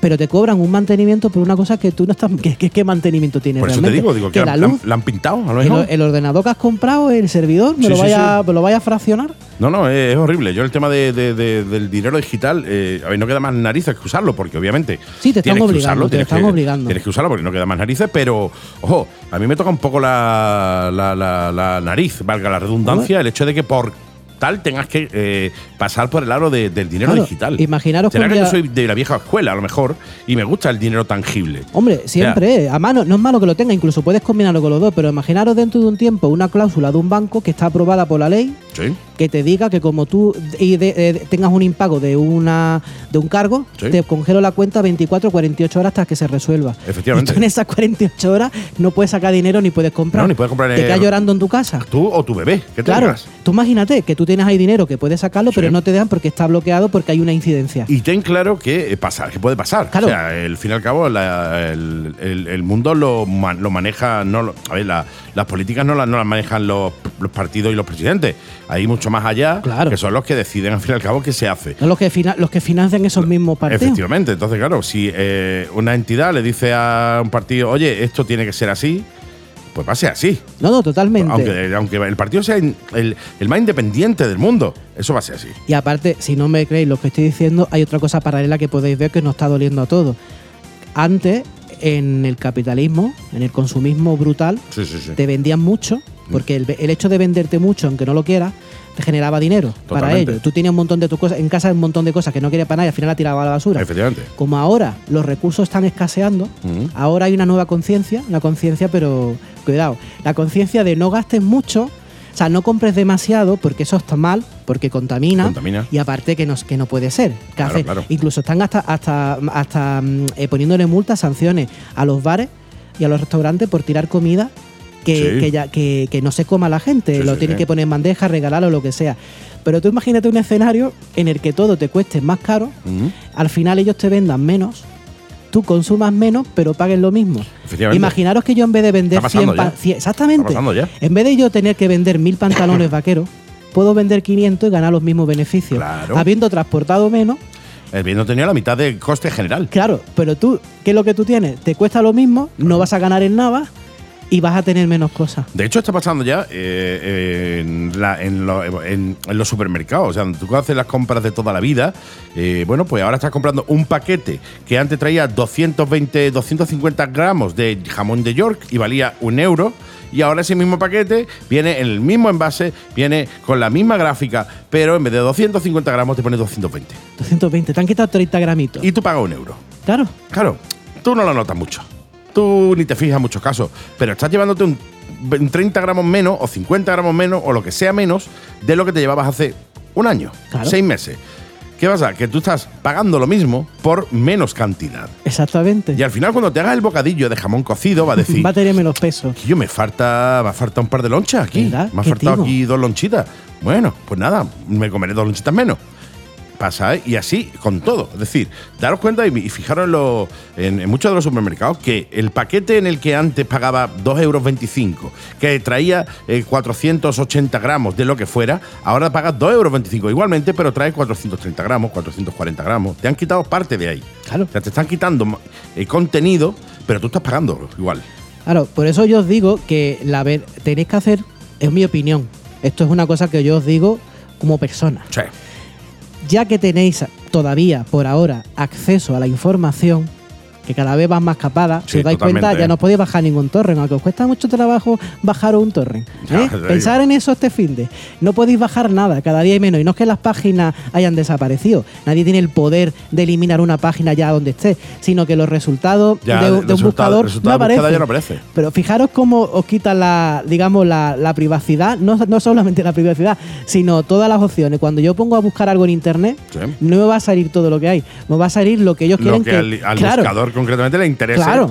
C: Pero te cobran un mantenimiento por una cosa que tú no estás. ¿Qué, qué, qué mantenimiento tienes
B: Por eso te
C: realmente?
B: digo, digo que,
C: que
B: la,
C: la
B: la-
C: luz,
B: la han pintado, a lo
C: el,
B: mejor.
C: el ordenador que has comprado, el servidor, me,
B: Sí,
C: lo,
B: sí,
C: vaya,
B: sí.
C: me lo vaya a fraccionar.
B: No, no, es, es horrible. Yo el tema de- de- de- del dinero digital, eh, a ver, no queda más narices que usarlo, porque obviamente.
C: Sí, te están
B: tienes que
C: obligando,
B: usarlo,
C: te
B: tienes
C: están
B: que-
C: obligando.
B: Tienes que usarlo porque no queda más narices, pero, ojo, a mí me toca un poco la, la- la- la nariz, valga la redundancia, el hecho de que por tal tengas que eh, pasar por el aro de- del dinero
C: Claro,
B: digital.
C: imaginaros
B: Será
C: que
B: que
C: un
B: yo
C: día-
B: soy de la vieja escuela, a lo mejor, y me gusta el dinero tangible.
C: Hombre, siempre, eh. a mano, no es malo que lo tenga, incluso puedes combinarlo con los dos, pero imaginaros dentro de un tiempo una cláusula de un banco que está aprobada por la ley
B: Sí.
C: que te diga que como tú y de- eh, tengas un impago de una de un cargo,
B: Sí.
C: te congelo la cuenta 24 48 horas hasta que se resuelva.
B: Efectivamente.
C: Y tú en esas 48 horas no puedes sacar dinero ni puedes comprar.
B: No, ni puedes comprar,
C: Te
B: eh,
C: quedas llorando en tu casa.
B: Tú o tu bebé, ¿qué
C: Claro,
B: tengas?
C: tú imagínate que tú tienes ahí dinero que puedes sacarlo, pero no te dejan porque está bloqueado porque hay una incidencia.
B: Y ten claro que eh, pasar, que puede pasar.
C: Claro.
B: O sea, al fin y al cabo, la- el, el- el mundo lo, ma- lo maneja. No, lo- a ver, la- las políticas no las, no las manejan los, los partidos y los presidentes. Hay mucho más allá,
C: Claro.
B: que son los que deciden al fin y al cabo qué se hace.
C: No los que fina- los que financian esos mismos partidos.
B: Efectivamente, entonces claro, si eh, una entidad le dice a un partido, oye, esto tiene que ser así, pues va a ser así.
C: No, no, totalmente.
B: Aunque, eh, aunque el partido sea in- el, el más independiente del mundo, eso va a ser así.
C: Y aparte, si no me creéis lo que estoy diciendo, hay otra cosa paralela que podéis ver que nos está doliendo a todos. Antes, en el capitalismo, en el consumismo brutal,
B: Sí, sí, sí.
C: te vendían mucho, porque el, el hecho de venderte mucho, aunque no lo quieras, te generaba dinero para
B: Totalmente.
C: ello. Tú tenías un montón de tus cosas, en casa un montón de cosas que no querías para nada y al final la tiraba a la basura.
B: Efectivamente.
C: Como ahora los recursos están escaseando,
B: Ujú.
C: ahora hay una nueva conciencia, una conciencia, pero cuidado, la conciencia de no gastes mucho, o sea, no compres demasiado porque eso está mal, porque contamina,
B: Contamina.
C: y aparte que no, que no puede ser. que
B: Claro,
C: hace-
B: claro.
C: Incluso están hasta, hasta, hasta mm, eh, poniéndole multas, sanciones a los bares y a los restaurantes por tirar comida. Que,
B: Sí.
C: que ya, que, que no se coma la gente,
B: Sí,
C: lo
B: sí,
C: tienen
B: sí.
C: que poner en bandeja, regalar o lo que sea. Pero tú imagínate un escenario en el que todo te cueste más caro,
B: Ujú.
C: al final ellos te vendan menos, tú consumas menos, pero paguen lo mismo.
B: Efectivamente.
C: Imaginaros que yo en vez de vender
B: Está
C: 100
B: pasando
C: pa-
B: ya.
C: 100 exactamente,
B: Está pasando ya.
C: en vez de yo tener que vender mil pantalones vaqueros, puedo vender 500 y ganar los mismos beneficios.
B: Claro.
C: Habiendo transportado menos,
B: Habiendo tenido la mitad de coste general.
C: claro, pero tú, ¿qué es lo que tú tienes? Te cuesta lo mismo, no vas a ganar en nada y vas a tener menos cosas.
B: De hecho, está pasando ya eh, en, la- en lo- en- en los supermercados. O sea, donde tú haces las compras de toda la vida, eh, bueno, pues ahora estás comprando un paquete que antes traía 220, 250 gramos de jamón de York y valía un euro. Y ahora ese mismo paquete viene en el mismo envase, viene con la misma gráfica, pero en vez de 250 gramos te pone 220.
C: 220, te han quitado 30 gramitos.
B: Y tú pagas un euro.
C: Claro.
B: Claro, tú no lo notas mucho. Tú ni te fijas en muchos casos. Pero estás llevándote un, un 30 gramos menos o 50 gramos menos o lo que sea menos de lo que te llevabas hace un año,
C: Claro.
B: seis meses. ¿Qué pasa? Que tú estás pagando lo mismo por menos cantidad.
C: Exactamente.
B: Y al final, cuando te hagas el bocadillo de jamón cocido, va a decir.
C: Va a tener menos peso.
B: Yo me falta, me ha faltado un par de lonchas aquí.
C: ¿Verdad?
B: Me ha
C: Qué
B: faltado
C: timo.
B: aquí dos lonchitas. Bueno, pues nada, me comeré dos lonchitas menos. Pasa, ¿eh? y así con todo. Es decir, daros cuenta y, y fijaros en, los- en- en muchos de los supermercados que el paquete en el que antes pagaba 2,25 euros, que traía eh, 480 gramos de lo que fuera, ahora pagas 2,25 euros igualmente, pero trae 430 gramos, 440 gramos. Te han quitado parte de ahí.
C: Claro.
B: O sea, te están quitando ma- eh, contenido, pero tú estás pagando igual.
C: Claro, por eso yo os digo que la ver tenéis que hacer, es mi opinión. Esto es una cosa que yo os digo como persona.
B: Sí.
C: Ya que tenéis todavía por ahora acceso a la información, que cada vez van más capadas.
B: Sí,
C: si os dais
B: totalmente,
C: cuenta,
B: ¿eh?
C: ya no podéis bajar ningún torrent, aunque os cuesta mucho trabajo bajar un torrent.
B: Ya,
C: ¿eh?
B: te digo.
C: Pensar en eso este fin de. No podéis bajar nada, cada día hay menos. Y no es que las páginas hayan desaparecido. Nadie tiene el poder de eliminar una página ya donde esté, sino que los resultados
B: Ya,
C: de, de
B: el
C: un
B: resultado-
C: buscador
B: el resultado de
C: no
B: búsqueda
C: aparecen.
B: ya no aparece.
C: Pero fijaros cómo os quita la, digamos, la, la privacidad, no, no solamente la privacidad, sino todas las opciones. Cuando yo pongo a buscar algo en internet,
B: Sí.
C: no me va a salir todo lo que hay, me va a salir lo que ellos
B: Lo
C: quieren
B: que,
C: que
B: al, al
C: claro,
B: buscador concretamente le interesa
C: Claro.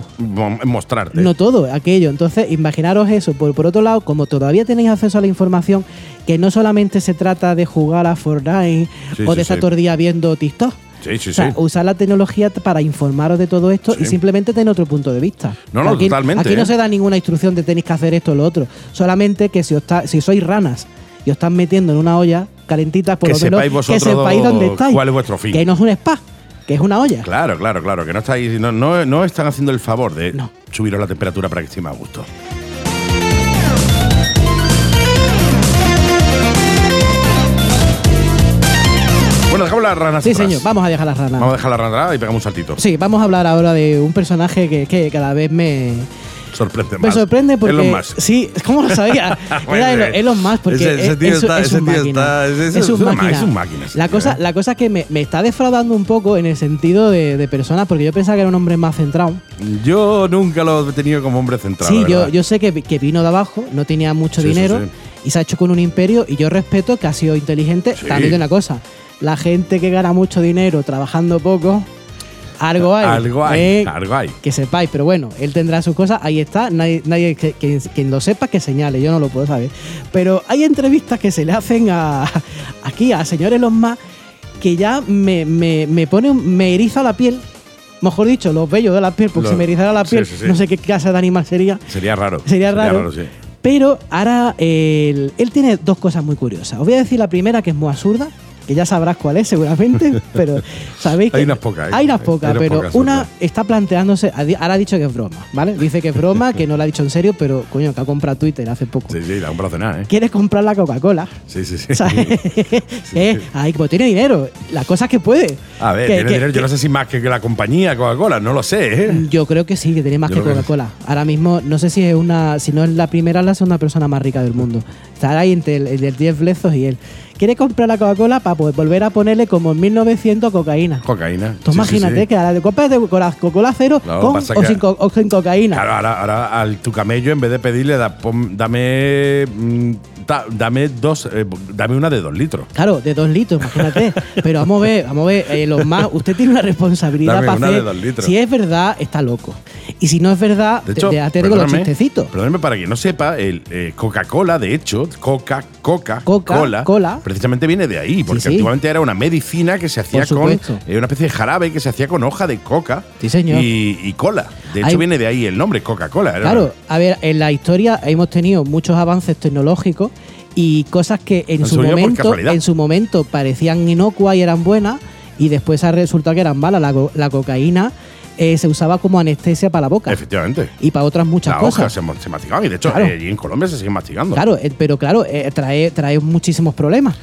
B: mostrarte.
C: no todo aquello. Entonces, imaginaros eso. Por, por otro lado, como todavía tenéis acceso a la información, que no solamente se trata de jugar a Fortnite
B: Sí,
C: o
B: sí,
C: de estar
B: sí.
C: todo el día viendo TikTok.
B: sí, sí,
C: O sea,
B: sí.
C: usar la tecnología t- para informaros de todo esto
B: Sí.
C: y simplemente tener otro punto de vista.
B: No, no,
C: aquí,
B: totalmente,
C: Aquí
B: ¿eh?
C: no se da ninguna instrucción de tenéis que hacer esto o lo otro. Solamente que si, os ta- si sois ranas y os están metiendo en una olla calentita, por
B: Que
C: lo menos
B: sepáis vosotros
C: que sepáis dónde estáis.
B: cuál es vuestro fin.
C: Que no es un spa, que es una olla.
B: Claro, claro, claro. Que no estáis, no, no, no están haciendo el favor de
C: No.
B: subiros la temperatura para que esté más a gusto. Bueno, dejamos las ranas.
C: Sí,
B: atrás.
C: señor, vamos a dejar las ranas.
B: Vamos a dejar la rana y pegamos un saltito.
C: Sí, vamos a hablar ahora de un personaje que, que cada vez me,
B: Sorprende
C: me
B: más.
C: sorprende porque.
B: Elon Musk.
C: Sí, ¿cómo lo sabía?
B: Bueno, eh,
C: Era Elon, Elon Musk, porque
D: ese- ese
C: es-
D: tío
C: es,
D: está-
C: es
D: ese
C: un
D: tío
C: máquina.
D: está- es- es-
C: es
B: es
C: un
B: una ma-
C: máquina.
B: es un máquina ese
C: La
B: tío,
C: cosa,
B: ¿eh?
C: la cosa que me, me está defraudando un poco en el sentido de, de personas, porque yo pensaba que era un hombre más centrado.
D: Yo nunca lo he tenido como hombre central.
C: sí,
D: la
C: yo,
D: verdad.
C: yo sé que, que vino de abajo, no tenía mucho
B: Sí, sí,
C: dinero
B: sí.
C: y se ha hecho con un imperio y yo respeto que ha sido inteligente.
B: Sí.
C: También de una cosa, la gente que gana mucho dinero trabajando poco, algo hay.
B: Algo hay,
C: ¿eh?
B: algo hay.
C: Que sepáis, pero bueno, él tendrá sus cosas, ahí está, nadie, nadie que, que- quien lo sepa que señale, yo no lo puedo saber. Pero hay entrevistas que se le hacen a aquí a señores los más que ya me, me, me pone, un- me eriza la piel. Mejor dicho, los vellos de la piel, porque
B: Lo-
C: si me erizara la
B: sí,
C: piel,
B: sí, sí.
C: no sé qué clase de animal sería.
B: Sería raro.
C: Sería raro.
B: sí.
C: Pero ahora él, él tiene dos cosas muy curiosas. Os voy a decir la primera que es muy absurda, que ya sabrás cuál es seguramente, pero sabéis que...
B: Hay unas pocas, ¿eh?
C: Hay unas pocas,
B: Hay unas
C: pero
B: pocas
C: una
B: absurdas.
C: está planteándose... ha di- Ahora ha dicho que es broma, ¿vale? Dice que es broma, que no lo ha dicho en serio, pero coño, que ha comprado Twitter hace poco.
B: Sí, sí, da un brazo nada, ¿eh?
C: Quiere comprar la Coca-Cola.
B: Sí, sí, sí.
C: ¿Sabes? Eh, Ay, pues tiene dinero. Las cosas que puede.
B: A ver,
C: Que-
B: tiene
C: que-
B: dinero. Yo
C: que- Mm.
B: no sé si más que que la compañía Coca-Cola, no lo sé, ¿eh?
C: Yo creo que sí, que tiene más
B: Yo
C: que
B: creo que-
C: Coca-Cola. Ahora mismo, no sé si es una, si no es la primera, la segunda persona más rica del mundo. Estará ahí entre el, el, Jeff Bezos y él. Quiere comprar la Coca-Cola para poder volver a ponerle como en 1900 cocaína.
B: Cocaína. Sí,
C: Tú
B: sí,
C: imagínate
B: sí.
C: que ahora te compras de Coca- Coca-Cola cero
B: No,
C: con, o
B: pasa que-
C: sin, co- o sin cocaína.
B: Claro, ahora, ahora al tu camello, en vez de pedirle, da- pon- dame, mm, da- dame dos, eh, dame una de dos litros.
C: Claro, de dos litros, imagínate. Pero vamos a ver, vamos a ver, eh, los más. Usted tiene una responsabilidad
B: Dame
C: para
B: una de
C: hacer.
B: dos litros.
C: Si es verdad, está loco. Y si no es verdad,
B: De
C: te-
B: hecho,
C: te- te con los
B: perdóname,
C: chistecitos.
B: perdóname para quien no sepa, el eh, Coca-Cola, de hecho, Coca, Coca,
C: Coca,
B: Cola,
C: cola.
B: precisamente viene de ahí, porque
C: sí.
B: antiguamente era una medicina que se hacía
C: Por
B: con
C: supuesto.
B: eh, una especie de jarabe que se hacía con hoja de coca
C: Sí, señor.
B: Y, y cola. De hecho,
C: Hay-
B: viene de ahí el nombre Coca-Cola. era
C: Claro, a ver, en la historia hemos tenido muchos avances tecnológicos y cosas que en
B: Han
C: su
B: surgido por
C: momento,
B: casualidad.
C: en su momento parecían inocuas y eran buenas y después ha resultado que eran malas. La, co- la cocaína eh, se usaba como anestesia para la boca
B: Efectivamente.
C: y para otras muchas
B: La hoja
C: cosas.
B: se, mo- se mastigaba y de hecho
C: Claro.
B: eh, allí en Colombia se sigue mastigando.
C: Claro, eh, pero claro, eh, trae, trae muchísimos problemas.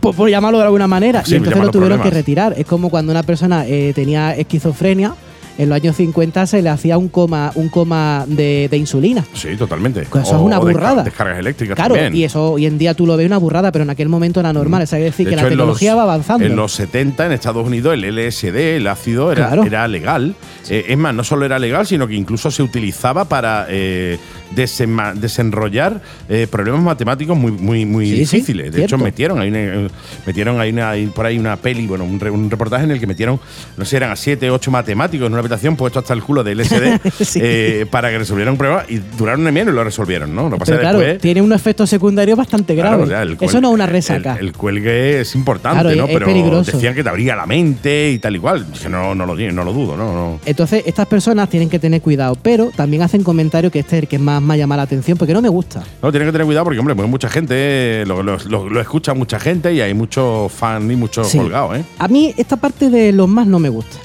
C: Por, por llamarlo de alguna manera.
B: Sí,
C: y entonces
B: llamarlo
C: lo tuvieron que
B: problemas.
C: retirar. Es como cuando una persona eh, tenía esquizofrenia, en los años 50 se le hacía un coma, un coma de- de insulina.
B: Sí, totalmente.
C: Eso es una
B: o desca-
C: burrada.
B: Descargas eléctricas
C: Claro,
B: también.
C: y eso hoy en día tú lo ves una burrada, pero en aquel momento era normal. Es decir,
B: De
C: que
B: hecho,
C: la
B: en
C: tecnología
B: los-
C: va avanzando.
B: En los 70 en Estados Unidos el LSD, el ácido, era,
C: Claro.
B: era legal. Eh, es más, no solo era legal, sino que incluso se utilizaba para eh, desenma- desenrollar eh, problemas matemáticos muy, muy, muy
C: Sí, sí,
B: difíciles. de hecho,
C: cierto.
B: metieron ahí, una- eh, metieron ahí una, ahí por ahí una peli, bueno, un, re- un reportaje en el que metieron, no sé, eran a 7, 8 matemáticos en una habitación puesto hasta el culo de LSD
C: Sí.
B: eh, para que resolvieran un problema y duraron un mes y lo resolvieron, ¿no? Lo que pasa
C: pero
B: es que
C: claro,
B: después-
C: tiene un efecto secundario bastante grave.
B: Claro, o sea, el
C: Eso no es
B: cuel-
C: una resaca.
B: El, el cuelgue es importante,
C: Claro,
B: ¿no?
C: es- es
B: Pero
C: peligroso.
B: decían que te abría la mente y tal y cual. Dije, no, no lo, di- no lo dudo, no, no.
C: Entonces, estas personas tienen que tener cuidado, pero también hacen comentarios que este es el que más me ha llamado la atención, porque no me gusta.
B: No, tienen que tener cuidado porque, hombre, pues mucha gente, eh, lo, lo- lo- lo escucha mucha gente y hay mucho fan y mucho
C: Sí.
B: colgado, ¿eh?
C: A mí esta parte de los más no me gusta.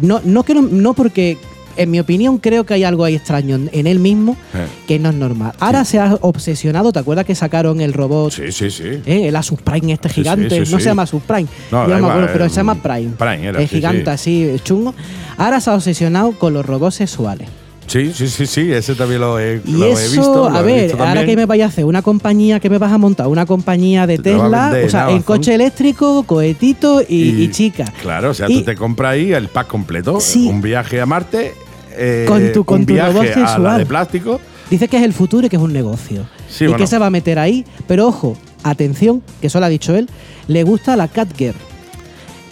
C: No, no, que no, no porque en mi opinión, creo que hay algo ahí extraño en- en él mismo
B: Eh.
C: que no es normal. Ahora se ha obsesionado, ¿te acuerdas que sacaron el robot?
B: Sí, sí, sí.
C: ¿eh? El Asus Prime este
B: Sí, sí,
C: gigante,
B: sí,
C: no
B: sí.
C: se llama Asus Prime,
B: No,
C: yo
B: da
C: no me
B: igual,
C: acuerdo, pero
B: eh,
C: se llama Prime.
B: Prime era, sí,
C: es
B: sí.
C: gigante así, chungo. Ahora se ha obsesionado con los robots sexuales.
D: Sí, sí, sí, sí, ese también lo he,
C: Y
D: lo he
C: eso,
D: visto. lo
C: a
D: he
C: ver,
D: visto
C: ahora
D: también.
C: que me vaya a hacer una compañía, que me vas a montar? Una compañía de
D: Te lo va a
C: Tesla,
D: vender
C: o sea,
D: en
C: en
D: Amazon.
C: coche eléctrico, cohetito y, y chica.
B: Claro, o sea,
C: Y
B: tú te compras ahí el pack completo.
C: Sí.
B: Un viaje a Marte. eh,
C: Con tu- con
B: un
C: tu
B: viaje
C: robot
B: a la
C: sexual.
B: de plástico.
C: Dice que es el futuro y que es un negocio.
B: Sí,
C: y
B: bueno.
C: que se va a meter ahí. Pero ojo, atención, que eso lo ha dicho él, le gusta la Cat Girl.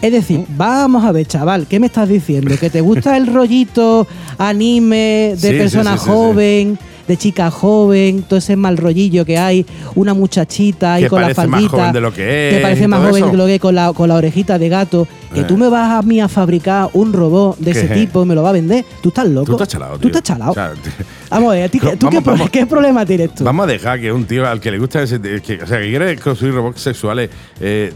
C: Es decir,
B: Mm.
C: vamos a ver, chaval, ¿qué me estás diciendo? ¿Que te gusta el rollito anime de
D: Sí, sí,
C: persona
D: sí, sí, sí.
C: joven, de chica joven, todo ese mal rollillo que hay, una muchachita ahí
B: Que
C: con la
B: parece más
C: faldita?
B: joven de lo que es y
C: parece más
B: todo
C: joven
B: eso.
C: de lo que es con la, con la orejita de gato. Que
B: Eh.
C: tú me vas a mí a fabricar un robot de
B: Que-
C: ese tipo y me lo va a vender. Tú estás loco.
B: Tú estás chalado, tío.
C: Tú estás chalado.
B: O sea,
C: Vamos a ver, ¿a ti qué- ¿tú
B: Vamos,
C: qué, pro-
B: vamos.
C: qué problema tienes tú?
B: Vamos a dejar que un tío al que le gusta ese. Que, o sea, que quiere construir robots sexuales eh,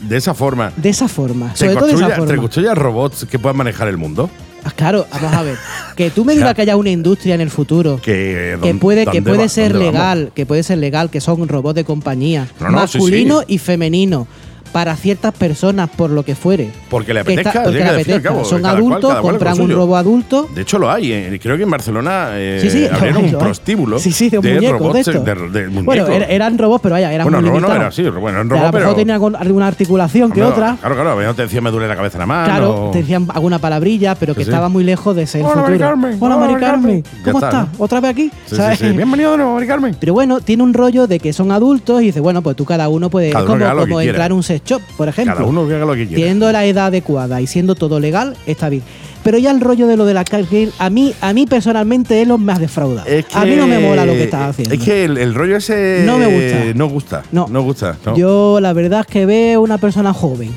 B: de esa forma.
C: De esa forma,
B: ¿Te
C: sobre todo de esa
B: construya- te
C: forma.
B: construya robots que puedan manejar el mundo?
C: Ah, Claro, vamos a ver. Que tú me digas que haya una industria en el futuro que,
B: Que, eh, ¿dónde-
C: puede, que
B: dónde
C: puede
B: va-
C: ser
B: dónde vamos?
C: legal, que puede ser legal, que son robots de compañía,
B: No, no, sí,
C: masculino y femenino, para ciertas personas, por lo que fuere.
B: Porque le
C: Que
B: apetezca,
C: porque
B: llega
C: le
B: al fin y al
C: apetezca.
B: cabo,
C: Son
B: cada cual-
C: adultos,
B: cada cual con
C: compran
B: lo
C: un
B: suyo.
C: robot adulto.
B: De hecho, lo hay. eh, Creo que en Barcelona eh,
C: Sí, sí, lo
B: abrieron
C: hay,
B: un
C: lo hay.
B: prostíbulo
C: Sí, sí, de, muñecos
B: robots. eh,
C: de estos.
B: de- de muñecos.
C: Bueno, er- eran robots, pero vaya, eran
B: Bueno,
C: muy
B: robot no
C: limitados.
B: era así, bueno, eran
C: O sea,
B: robot,
C: a lo mejor
B: pero-
C: tenía algún- alguna articulación que
B: Hombre,
C: otra.
B: Claro, claro. A veces te decía me duele la cabeza nada más.
C: Claro,
B: o-
C: te decían alguna palabrilla, pero que
B: Ah, Sí, sí.
C: estaba muy lejos de ser el
B: Hola, Mari
C: futuro.
B: Carmen.
C: Hola, Mari Carmen.
B: Ya
C: ¿Cómo
B: está,
C: estás?
B: ¿no?
C: ¿Otra vez aquí?
B: Sí, sí,
C: ¿Sabes?
B: sí. Bienvenido de nuevo, Mari Carmen.
C: Pero bueno, tiene un rollo de que son adultos y dice, bueno, pues tú cada uno puede.
B: Cada
C: es
B: uno que haga
C: como,
B: lo
C: como
B: que quiera.
C: entrar en un sex shop, por ejemplo.
B: Cada uno que haga lo que quiera.
C: Teniendo la edad adecuada y siendo todo legal, está bien. Pero ya el rollo de lo de la Cat Girl, a mí, a mí personalmente es lo más defrauda.
B: Es que-
C: a mí no me mola lo que estás haciendo.
B: Es que el, el rollo ese.
C: No me gusta.
B: No gusta.
C: No.
B: No gusta. no.
C: Yo la verdad es que veo una persona joven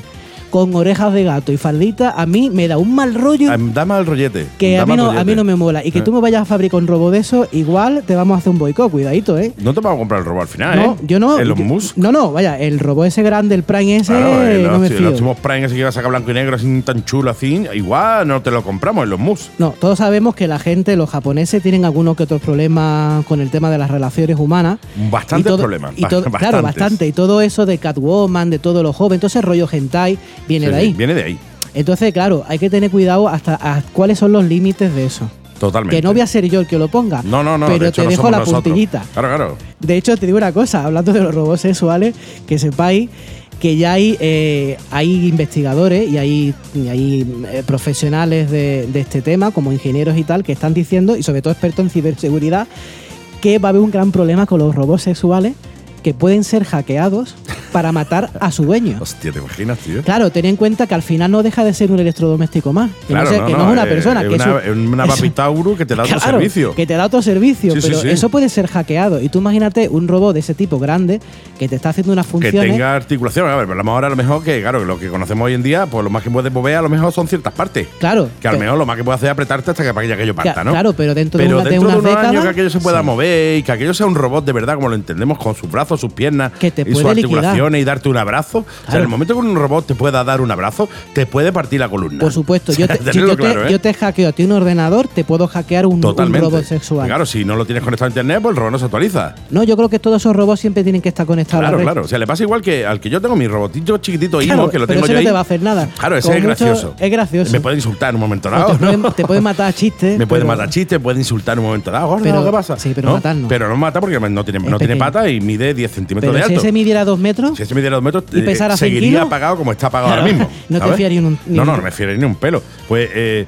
C: con orejas de gato y faldita, a mí me da un mal rollo.
B: Ah, Da mal rollete.
C: Que
B: da
C: a mí,
B: mal
C: no, a
B: rollete.
C: mí no me mola. Y que
B: Eh.
C: tú me vayas a fabricar un robo de eso, igual te vamos a hacer un boicot, cuidadito, ¿eh?
B: No te vas a comprar el robo al final,
C: No,
B: ¿eh?
C: yo no.
B: El
C: yo-
B: Musk.
C: No, no, vaya, el robot ese grande, el Prime ese,
B: Claro, el,
C: no me
B: el
C: fío.
B: Optimus Prime ese que iba a sacar blanco y negro así tan chulo así, igual no te lo compramos en los mus.
C: No, todos sabemos que la gente, los japoneses, tienen algunos que otros problemas con el tema de las relaciones humanas.
B: Bastantes
C: Y todo-
B: problemas,
C: y todo-
B: ba-
C: Claro,
B: bastantes.
C: bastante. Y todo eso de Catwoman, de todo lo joven, entonces rollo hentai viene
B: Sí,
C: de ahí.
B: Viene de ahí,
C: Entonces, claro, hay que tener cuidado hasta a- cuáles son los límites de eso.
B: totalmente.
C: Que no voy a ser yo el que lo ponga.
B: No, no, no.
C: Pero
B: de hecho,
C: te
B: no
C: dejo
B: somos
C: la
B: nosotros.
C: puntillita.
B: Claro, claro.
C: De hecho, te digo una cosa, hablando de los robots sexuales, que sepáis que ya hay, eh, hay investigadores y hay, y hay eh, profesionales de, de este tema, como ingenieros y tal, que están diciendo, y sobre todo expertos en ciberseguridad, que va a haber un gran problema con los robots sexuales que pueden ser hackeados para matar a su dueño.
B: Hostia, ¿te imaginas, tío?
C: Claro, ten en cuenta que al final no deja de ser un electrodoméstico más. Que,
B: Claro,
C: no, sé- que no es una
B: eh,
C: persona,
B: es
C: que es
B: una,
C: un-
B: es una
C: es-
B: papitauru que te da otro
C: Claro,
B: servicio.
C: Que te da otro servicio,
B: Sí, sí,
C: pero
B: sí.
C: eso puede ser hackeado. Y tú imagínate un robot de ese tipo grande que te está haciendo unas
B: Que
C: funciones.
B: tenga articulación. A ver, hablamos ahora a lo mejor que, claro, que lo que conocemos hoy en día, pues lo más que puedes mover a lo mejor son ciertas partes.
C: Claro.
B: Que a lo mejor lo más que puedes hacer es apretarte hasta que para que aquello parta, ¿no?
C: Claro, pero dentro de
B: Pero
C: una- de
B: dentro de,
C: unas
B: unos años
C: décadas,
B: que aquello se pueda
C: sí.
B: mover y que aquello sea un robot de verdad, como lo entendemos, con sus brazos, sus piernas
C: Que te
B: y sus
C: puede liquidar.
B: articulaciones y darte un abrazo. O sea,
C: Claro.
B: en el momento que un robot te pueda dar un abrazo, te puede partir la columna.
C: Por supuesto,
B: O sea,
C: yo te,
B: tenerlo
C: yo te-
B: claro, ¿eh?
C: yo te hackeo a ti un ordenador, te puedo hackear un, un
B: Totalmente.
C: robot sexual.
B: Claro, si no lo tienes conectado a internet, pues el robot no se actualiza.
C: No, yo creo que todos esos robots siempre tienen que estar conectados a la
B: Claro,
C: red.
B: claro. O sea, le pasa igual que al que yo tengo mi robotito chiquitito
C: Claro,
B: Imo, que lo
C: pero
B: tengo
C: ese
B: yo
C: no
B: ahí.
C: te va a hacer nada.
B: Claro, ese
C: Como
B: es
C: mucho,
B: gracioso.
C: es gracioso.
B: Me puede insultar en un momento
C: O
B: dado.
C: te,
B: ¿no?
C: pueden, te pueden matar a chistes.
B: Me puede
C: pero-
B: matar chistes, puede insultar en un momento dado. Gordo,
C: Pero-
B: ¿qué pasa?
C: sí, pero matar no.
B: Pero no mata porque no tiene, no tiene
C: pequeño.
B: pata y mide 10 centímetros
C: Pero
B: de
C: si
B: alto.
C: ese midiera dos metros,
B: Si ese midiera dos metros,
C: ¿Y
B: eh,
C: pesara cien
B: seguiría
C: kilos?
B: apagado como está apagado
C: Claro,
B: ahora mismo.
C: no te
B: ¿sabes?
C: fías ni un- ni
B: No,
C: un-
B: no, no me fiaría ni un pelo. Pues eh,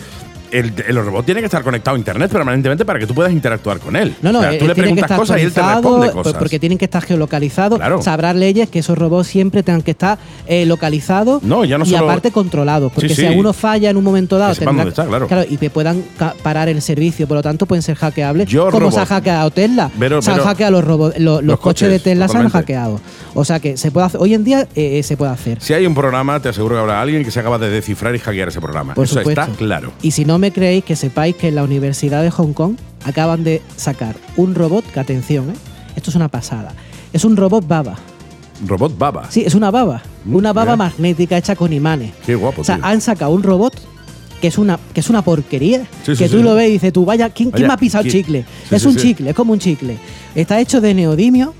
B: el, el robot tiene que estar conectado a internet permanentemente para que tú puedas interactuar con él.
C: No, no,
B: O sea,
C: él-
B: tú
C: él
B: le
C: tiene que
B: preguntas
C: estar
B: cosas y él te responde
C: actualizado,
B: cosas.
C: por- Porque tienen que estar geolocalizados.
B: Claro.
C: Sabrá leyes que esos robots siempre tengan que estar eh, localizados
B: No, ya no
C: y
B: solo-
C: aparte controlados. Porque
B: Sí, sí.
C: si alguno falla en un momento dado,
B: Que sepan
C: tendrá-
B: dónde está, claro.
C: y te puedan ca- parar el servicio. Por lo tanto, pueden ser hackeables.
B: Yo,
C: como se ha
B: robot.
C: hackeado Tesla.
B: Pero-
C: se han
B: pero-
C: hackeado los, robots, lo- los,
B: Los
C: coches, de
B: coches,
C: Tesla, se han
B: totalmente.
C: hackeado. O sea que se puede hacer- hoy en día eh, eh, se puede hacer.
B: Si hay un programa, te aseguro que habrá alguien que se acaba de descifrar y hackear ese programa. Ah,
C: Por
B: Eso
C: supuesto.
B: está claro.
C: Y si no me creéis, que sepáis que en la Universidad de Hong Kong acaban de sacar un robot, que atención, ¿eh? esto es una pasada. Es un robot baba.
B: Robot Baba.
C: Sí, es una baba.
B: Mm,
C: Una baba
B: mira.
C: magnética hecha con imanes.
B: Qué guapo,
C: O sea,
B: tío.
C: han sacado un robot que es una, que es una porquería.
D: Sí, sí,
C: que tú
D: sí.
C: lo ves y dices tú, vaya, ¿quién, quién
D: Vaya,
C: me ha pisado el
D: ¿quién?
C: chicle?
D: Sí,
C: es
D: sí,
C: un
D: sí.
C: chicle, es como un chicle. Está hecho de neodimio,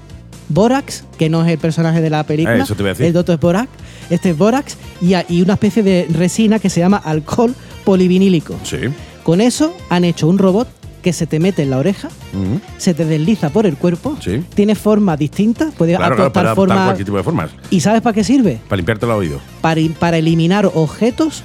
C: Borax, que no es el personaje de la película.
B: Eh, eso te iba a decir.
C: El doctor es Borax. Este es Borax y, a- y una especie de resina que se llama alcohol polivinílico.
B: Sí.
C: Con eso han hecho un robot que se te mete en la oreja,
B: Ujú.
C: se te desliza por el cuerpo,
B: Sí.
C: tiene formas distintas, puede
B: Claro, claro,
C: aportar
B: para adaptar
C: formas.
B: cualquier tipo de formas.
C: ¿Y sabes para qué sirve?
B: Para limpiarte el oído.
C: Para, para eliminar objetos,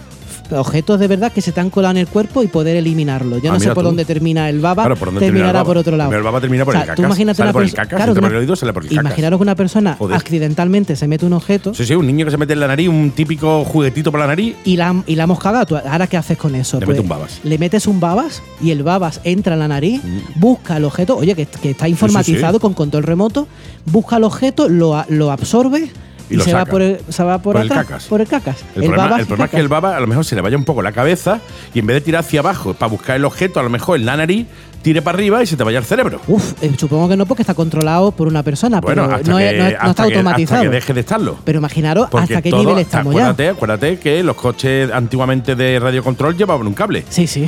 C: objetos de verdad que se te han colado en el cuerpo y poder eliminarlos. Yo
B: Ah,
C: no sé
B: mira
C: por
B: tú.
C: dónde termina el baba,
B: Claro, ¿por dónde termina el
C: terminará
B: baba?
C: por otro lado.
B: Pero el baba termina por el
C: Tú
B: cacas.
C: imagínate
B: Sale
C: una
B: por el
C: perso-
B: cacas,
C: claro,
B: entra
C: una-
B: por el oído, sale por el cacas.
C: Imaginaros que una persona
B: Joder.
C: accidentalmente se mete un objeto
B: Sí, sí, un niño que se mete en la nariz, un típico juguetito por la nariz.
C: y la, y la hemos cagado. Tú, ¿Ahora qué haces con eso? Pues
B: Le meto un babas. Mm.
C: Le metes un babas y el babas entra en la nariz, busca el objeto, oye, que, que está informatizado
B: sí.
C: con control remoto, busca el objeto, lo, a- lo absorbe
B: Y
C: y,
B: lo
C: se, va
B: saca.
C: por el, se va por,
B: Por el
C: atrás,
B: cacas.
C: Por el cacas.
B: El, problema,
C: babas
B: el
C: y
B: problema es que
C: cacas.
B: el baba a lo mejor se le vaya un poco la cabeza y en vez de tirar hacia abajo para buscar el objeto, a lo mejor en la nariz, tire para arriba y se te vaya el cerebro.
C: Uf, eh, supongo que no porque está controlado por una persona,
B: Bueno,
C: Ah, pero
B: hasta,
C: no,
B: que,
C: es- no es- no
B: hasta
C: está
B: que- hasta
C: automatizado.
B: que deje de estarlo.
C: Pero imaginaros
B: Porque
C: hasta qué
B: todo-
C: nivel estamos ya.
B: acuérdate, Acuérdate que los coches antiguamente de radiocontrol llevaban un cable.
C: Sí, sí.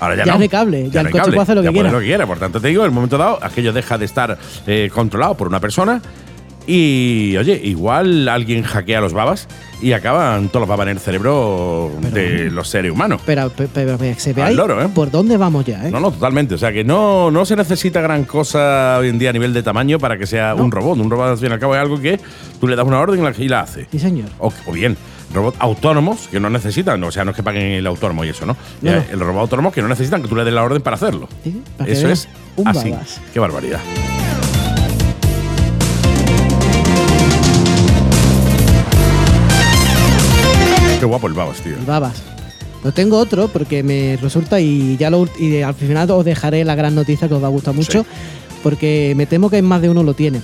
B: Ahora ya,
C: Ya
B: no.
C: es de cable, ya
B: no
C: el
B: hay
C: coche puede hacer lo
B: ya
C: que
B: puede
C: quiera.
B: lo que quiera. Por tanto, te digo, en el momento dado, aquello deja de estar eh, controlado por una persona. Y, oye, igual alguien hackea los babas y acaban todos los babas en el cerebro de los seres humanos.
C: Pero, pero, pero que se
B: Al
C: veáis
B: loro, ¿eh?
C: por dónde vamos ya, ¿eh?
B: No, no, totalmente. O sea, que no, no se necesita gran cosa hoy en día a nivel de tamaño para que sea un robot. Un robot, al fin y al cabo, es algo que tú le das una orden y la- y la hace.
C: Sí, señor.
B: O, o bien, robots autónomos que no necesitan, o sea, no es que paguen el autónomo y eso, ¿no?
C: No,
B: Eh,
C: no.
B: El robot autónomo que no necesitan que tú le des la orden para hacerlo.
C: Sí, para que
B: eso
C: veas.
B: es
C: Un
B: así.
C: babas.
B: Qué barbaridad. Qué guapo el babas, tío.
C: Y babas. No tengo otro porque me resulta y ya lo ult- y al final os dejaré la gran noticia que os va a gustar mucho porque me temo que más de uno lo tiene.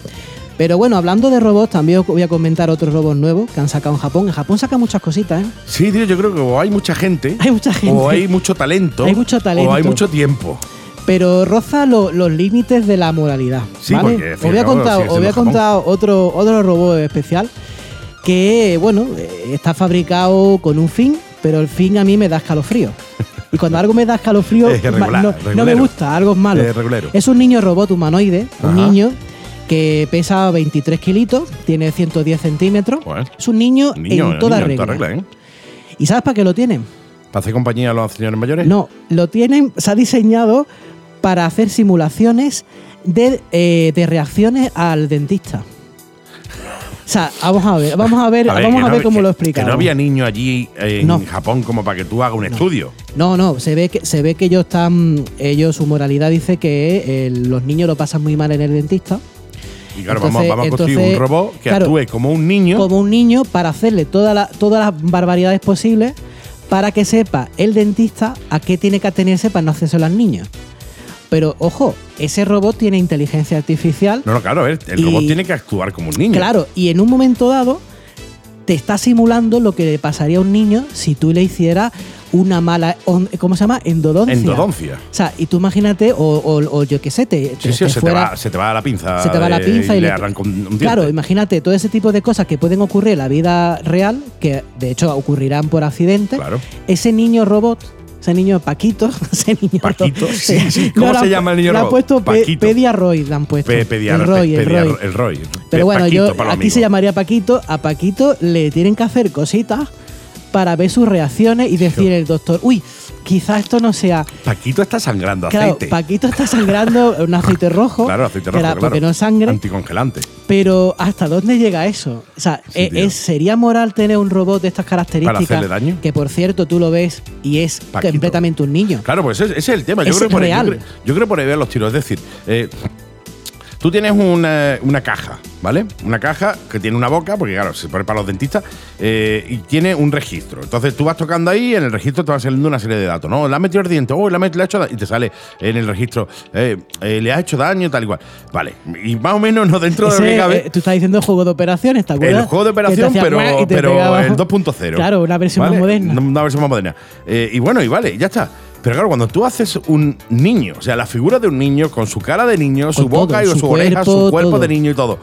C: Pero bueno, hablando de robots, también os voy a comentar otros robots nuevos que han sacado en Japón. En Japón saca muchas cositas, ¿eh?
B: Sí, tío, yo creo que o hay mucha gente.
C: Hay mucha gente.
B: O hay mucho talento.
C: Hay mucho talento.
B: O hay mucho tiempo.
C: Pero roza lo- los límites de la moralidad.
B: Sí,
C: ¿vale?
B: porque, al
C: os
B: fin y
C: voy a
B: al cabo,
C: contar,
B: sigue
C: os voy a
B: siendo
C: contar otro, otro robot especial que, bueno, eh, está fabricado con un fin, pero el fin a mí me da escalofrío. Y cuando algo me da escalofrío,
D: Es regular,
C: no- no, me
D: regulero.
C: gusta, algo es malo.
B: eh,
D: Es regulero.
C: Es un niño robot humanoide, un
B: Ajá.
C: niño que pesa 23 kilitos, tiene 110 centímetros.
B: Joder.
C: Es un niño,
B: Niño,
C: en toda
B: niño,
C: regla.
B: ¿eh?
C: ¿Y sabes para qué lo tienen?
B: ¿Para hacer compañía a los señores mayores?
C: No, lo tienen, se ha diseñado para hacer simulaciones de, eh, de reacciones al dentista. O sea, vamos a ver, vamos a ver,
B: A ver, que
C: vamos a
B: no
C: ver
B: hab-
C: cómo
B: que-
C: lo
B: Que
C: explicamos.
B: no había niños allí eh, en
C: No.
B: Japón como para que tú hagas un estudio.
C: No, no, se ve que se ve que ellos están, ellos su moralidad dice que eh, los niños lo pasan muy mal en el dentista,
B: Y claro,
C: Entonces-
B: vamos, vamos a construir
C: entonces,
B: un robot que
C: claro,
B: actúe como un niño.
C: como un niño para hacerle toda la- todas las barbaridades posibles para que sepa el dentista a qué tiene que atenerse para no hacerse las niñas. Pero ojo, ese robot tiene inteligencia artificial
B: No, no, claro, a ver, el
C: Y-
B: robot tiene que actuar como un niño.
C: Claro, y en un momento dado te está simulando lo que le pasaría a un niño si tú le hicieras una mala, on- ¿cómo se llama? Endodoncia.
B: Endodoncia.
C: O sea, y tú imagínate, o, o- o yo qué sé, te,
B: Sí,
C: te-
B: sí,
C: te
B: se, te
C: fuera-
B: va, se te va la pinza.
C: se te va la
B: eh,
C: pinza
B: y,
C: y
B: le
C: le-
B: arranca un, un diente.
C: Claro, imagínate todo ese tipo de cosas que pueden ocurrir en la vida real, que de hecho ocurrirán por accidente.
B: Claro.
C: Ese niño robot, ese niño Paquito, ese niño
B: Paquito,
C: ro-
B: sí, sí. ¿Cómo
C: le
B: se
C: han-
B: llama el niño
C: le han
B: robot?
C: puesto pe-
B: Paquito.
C: Pediaroid, le han puesto.
B: Pe- pediar-
C: el Roy,
B: pe-
C: el
B: pediar-
C: Roy.
B: el Roy. Pe-
C: Pero bueno,
B: Paquito
C: yo
B: para los
C: aquí se
B: amigos.
C: llamaría Paquito. A Paquito le tienen que hacer cositas para ver sus reacciones y decir el doctor, uy, quizá esto no sea.
B: Paquito está sangrando
C: Claro,
B: aceite.
C: Paquito está sangrando un aceite rojo.
B: Claro, aceite
C: que
B: rojo.
C: era
B: claro.
C: Porque no sangre.
B: Anticongelante.
C: Pero ¿hasta dónde llega eso? O sea,
B: Sí,
C: eh,
B: tío.
C: es- ¿sería moral tener un robot de estas características?
B: hacerle daño?
C: Que por cierto tú lo ves y es
B: Paquito.
C: completamente un niño.
B: Claro, pues ese, ese es el tema. Yo
C: Es
B: creo, que por ahí, yo,
C: real.
B: creo, yo creo por ahí ver los tiros. Es decir, eh, tú tienes una, una caja, ¿vale? Una caja que tiene una boca, porque claro, se pone para los dentistas, eh, y tiene un registro. Entonces tú vas tocando ahí y en el registro te van saliendo una serie de datos. No, le ha metido el diente, oh, le ha, metido- le ha hecho da-", y te sale en el registro, eh, eh, le ha hecho daño, tal y cual. Vale, y más o menos no dentro de lo que
C: Ese,
B: cabe.
C: eh, tú estás diciendo juego de operaciones, ¿te acuerdas?
B: El juego de
C: Que te
B: operación,
C: hacía
B: pero,
C: guau y te
B: pero
C: pegaba.
B: el 2.0.
C: Claro, una versión
B: ¿vale?
C: más moderna.
B: Una- Una versión más moderna. Eh, y bueno, y vale, ya está. Pero claro, cuando tú haces un niño, o sea, la figura de un niño con su cara de niño, su
C: Con
B: boca
C: todo,
B: y
C: su
B: su oreja, su
C: cuerpo,
B: cuerpo
C: todo.
B: de niño y todo,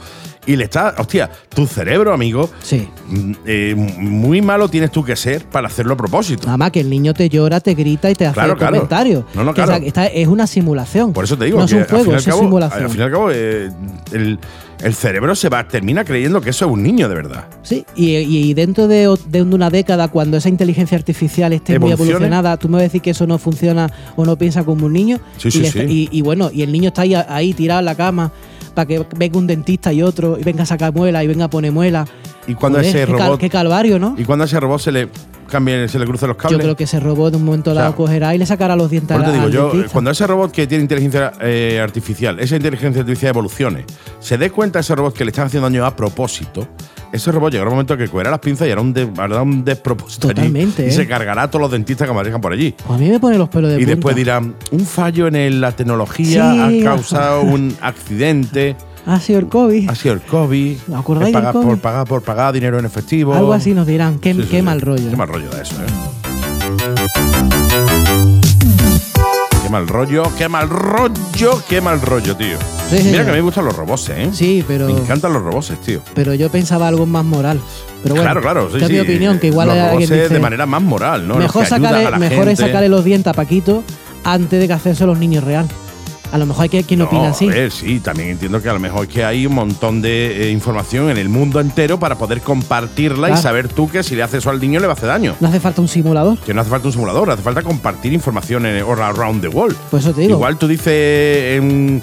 B: y le está, hostia, tu cerebro, amigo,
C: Sí.
B: mm, eh, muy malo tienes tú que ser para hacerlo a propósito.
C: Nada más que el niño te llora, te grita y te hace
B: Claro, claro.
C: comentarios.
B: No, no,
C: Que
B: claro.
C: esa- esta es una simulación.
B: Por eso te digo,
C: No es
B: que
C: un juego,
B: al
C: es
B: fin y
C: una
B: al cabo,
C: simulación.
B: al fin y al cabo, eh, el, el cerebro se va, termina creyendo que eso es un niño de verdad.
C: Sí, y, y dentro de, o- de una década, cuando esa inteligencia artificial esté muy
B: Evolucione.
C: evolucionada, tú me vas a decir que eso no funciona o no piensa como un niño.
B: Sí,
C: y,
B: sí,
C: le-
B: sí.
C: y- y bueno, y el niño está ahí, ahí tirado en la cama para que venga un dentista y otro, y venga a sacar muela y venga a poner muela.
B: Y cuando
C: Joder,
B: ese
C: qué cal-
B: robot-
C: qué calvario, ¿no?
B: Y cuando a ese robot se le cambia, se le cruzan los cables.
C: Yo creo que ese robot de un momento
B: O sea,
C: dado cogerá y le sacará los dientes
B: Por eso
C: al-
B: te digo,
C: al
B: yo, eh,
C: dentista.
B: cuando ese robot que tiene inteligencia eh, artificial, esa inteligencia artificial evolucione, se dé cuenta ese robot que le están haciendo daño a propósito, ese robot llegará un momento que cogerá las pinzas y hará un, de- hará un despropósito allí.
C: Totalmente,
B: y
C: ¿eh?
B: se cargará a todos los dentistas que manejan por allí.
C: Pues a mí me pone los pelos de
B: y
C: punta.
B: después dirán, un fallo en el- la tecnología
C: Sí,
B: ha causado un accidente,
C: Ha sido el COVID.
B: ha sido el COVID,
C: ¿Os acordáis
B: el
C: del
B: pagar
C: COVID?
B: por pagar por pagar dinero en efectivo.
C: Algo así nos dirán. Qué,
B: Sí, sí,
C: qué
B: sí.
C: mal rollo.
B: Qué mal rollo de eso, ¿eh? Qué mal rollo, qué mal rollo, qué mal rollo, tío.
C: Sí,
B: Mira
C: señor.
B: que a mí me gustan los roboses, ¿eh?
C: Sí, pero.
B: Me encantan los roboses, tío.
C: pero yo pensaba algo más moral. Pero bueno,
B: claro, claro. Sí,
C: esta es mi
B: sí.
C: opinión, que igual
B: los
C: hay alguien
B: roboses
C: dice,
B: de manera más moral, ¿no? Los
C: mejor,
B: que ayudan a
C: sacarle,
B: la
C: mejor es
B: gente.
C: sacarle los dientes a Paquito antes de que hacerse los niños real. A lo mejor hay que- quien
B: No,
C: opina así.
B: A ver, sí, también entiendo que a lo mejor es que hay un montón de eh, información en el mundo entero para poder compartirla y
C: Claro.
B: saber tú que si le haces eso al niño le va a hacer daño.
C: No hace falta un simulador.
B: Que no hace falta un simulador, hace falta compartir información en, all around the world.
C: Pues eso te digo.
B: Igual tú dices en,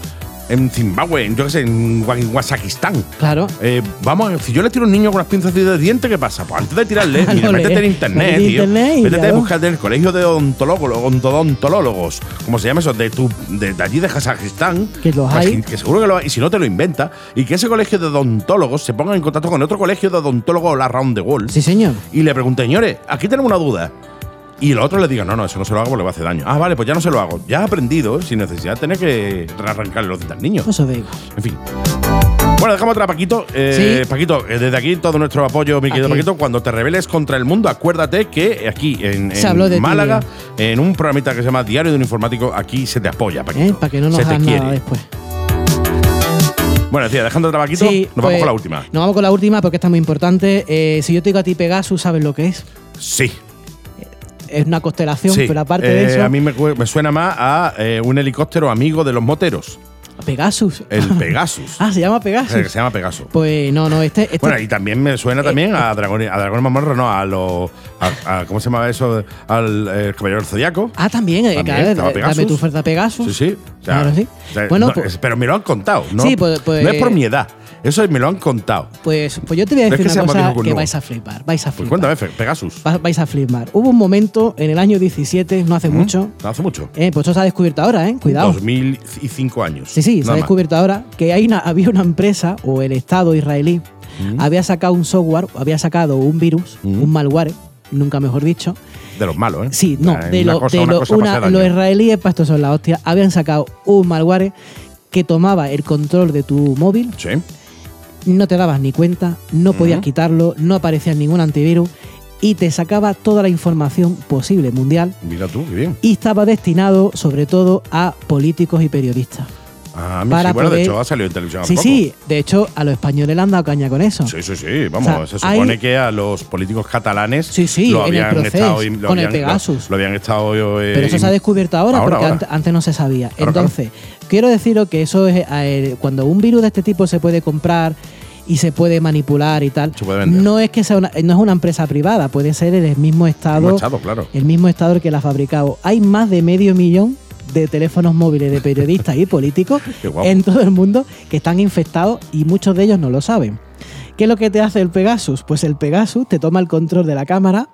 B: en Zimbabue, en, yo qué sé, en Wazakistán.
C: Claro.
B: Eh, vamos, si yo le tiro a un niño con las pinzas de dientes, ¿qué pasa? Pues antes de tirarle,
C: Lo
B: mira,
C: lees.
B: métete en internet,
C: Métete en
B: tío.
C: internet y
B: métete
C: ya,
B: a
C: ¿no?
B: buscar en el colegio de odontólogos, odontólogos, como se llama eso, de, tu, de, de allí de Kazajistán.
C: Que los
B: Pues,
C: hay.
B: Que, que seguro que lo hay, y si no te lo inventa, y que ese colegio de odontólogos se ponga en contacto con otro colegio de odontólogos all around the world
C: Sí, señor.
B: y le pregunté, señores, aquí tenemos una duda. Y el otro le diga, no, no, eso no se lo hago porque le va a hacer daño. Ah, vale, pues ya no se lo hago. Ya has aprendido, sin necesidad de tener que arrancarle los dientes al niño.
C: Pues Eso digo.
B: En fin. Bueno, dejamos atrás a Paquito. Eh,
C: Sí.
B: Paquito, eh, desde aquí todo nuestro apoyo, mi querido
C: Aquí.
B: Paquito. Cuando te rebeles contra el mundo, acuérdate que aquí en,
C: Se
B: en
C: habló de ti, eh.
B: Málaga, en un programita que se llama Diario de un Informático, aquí se te apoya, Paquito.
C: ¿eh? Para que no nos
B: se te
C: hagan
B: quiere.
C: nada eh. después.
B: Bueno, tía, dejando atrás a Paquito,
C: Sí,
B: nos vamos
C: pues,
B: con la última.
C: Nos vamos con la última porque esta es muy importante. Eh, si yo te digo a ti Pegasus, ¿sabes lo que es?
B: Sí.
C: Es una constelación,
B: sí.
C: pero aparte
B: Eh,
C: de eso.
B: A mí me, cu- me suena más a eh, un helicóptero amigo de los moteros.
C: Pegasus.
B: El Pegasus.
C: Ah, se llama Pegasus.
B: el que se llama Pegaso.
C: Pues no, no, este. este-
B: Bueno, y también me suena también a Dragón, a Dragón Mamorro, no, a los. A, a- ¿Cómo se llamaba eso? Al eh, Caballero del Zodíaco.
C: Ah, también, eh,
B: También
C: claro,
B: estaba
C: eh, dame
B: Pegasus.
C: tu oferta Pegasus.
B: Sí, sí. o sea,
C: Claro, sí.
B: o sea,
C: Bueno,
B: no,
C: pues-
B: es- pero me lo han contado, ¿no?
C: Sí, pues- pues-
B: no es por mi edad. Eso me lo han contado.
C: Pues, pues yo te voy a
B: Pero es
C: decir
B: que se
C: una
B: llama
C: cosa
B: Diego
C: que
B: Nuevo.
C: vais a flipar, vais a
B: Pues
C: flipar.
B: cuéntame, Fe- Pegasus.
C: Va- vais a flipar. Hubo un momento en el año 17, no hace mucho,
B: No hace mucho.
C: eh, pues esto se ha descubierto ahora, ¿eh? Cuidado.
B: 2005 años.
C: Sí, sí, se ha
B: Nada más.
C: descubierto ahora que hay una- había una empresa o el Estado israelí había sacado un software, había sacado un virus, un malware, nunca mejor dicho.
B: De los malos, ¿eh?
C: Sí, no,
B: O sea,
C: de,
B: una
C: lo-
B: cosa-
C: de
B: una
C: lo-
B: cosa para
C: una-
B: hacer daño.
C: los israelíes, para estos son la hostia, habían sacado un malware que tomaba el control de tu móvil,
B: Sí.
C: no te dabas ni cuenta, no podías quitarlo, no aparecía ningún antivirus y te sacaba toda la información posible mundial
B: Mira tú, qué bien.
C: y estaba destinado sobre todo a políticos y periodistas.
B: Ah, mira,
C: Para
B: sí, bueno, de
C: poder-
B: hecho ha salido en televisión. hace
C: sí,
B: poco.
C: sí, de hecho a los españoles le han dado caña con eso.
B: Sí, sí, sí, vamos,
C: O sea,
B: se supone
C: hay-
B: que a los políticos catalanes
C: Sí, sí,
B: lo
C: en el
B: habían
C: proceso,
B: estado im- lo
C: con el
B: habían-
C: Pegasus.
B: Lo, lo habían estado eh,
C: Pero eso se ha
B: im-
C: descubierto ahora,
B: ahora,
C: porque
B: ahora.
C: ante- Antes, no se sabía.
B: Claro,
C: Entonces, quiero deciros que eso es eh, cuando un virus de este tipo se puede comprar y se puede manipular y tal.
B: Se puede vender.
C: no es que sea una, no es una empresa privada, puede ser el mismo
B: lo
C: estado,
B: han echado, claro.
C: el mismo estado el que la ha fabricado. Hay más de medio millón de teléfonos móviles de periodistas y políticos
B: Qué guapo.
C: en todo el mundo que están infectados y muchos de ellos no lo saben. ¿Qué es lo que te hace el Pegasus? Pues el Pegasus te toma el control de la cámara,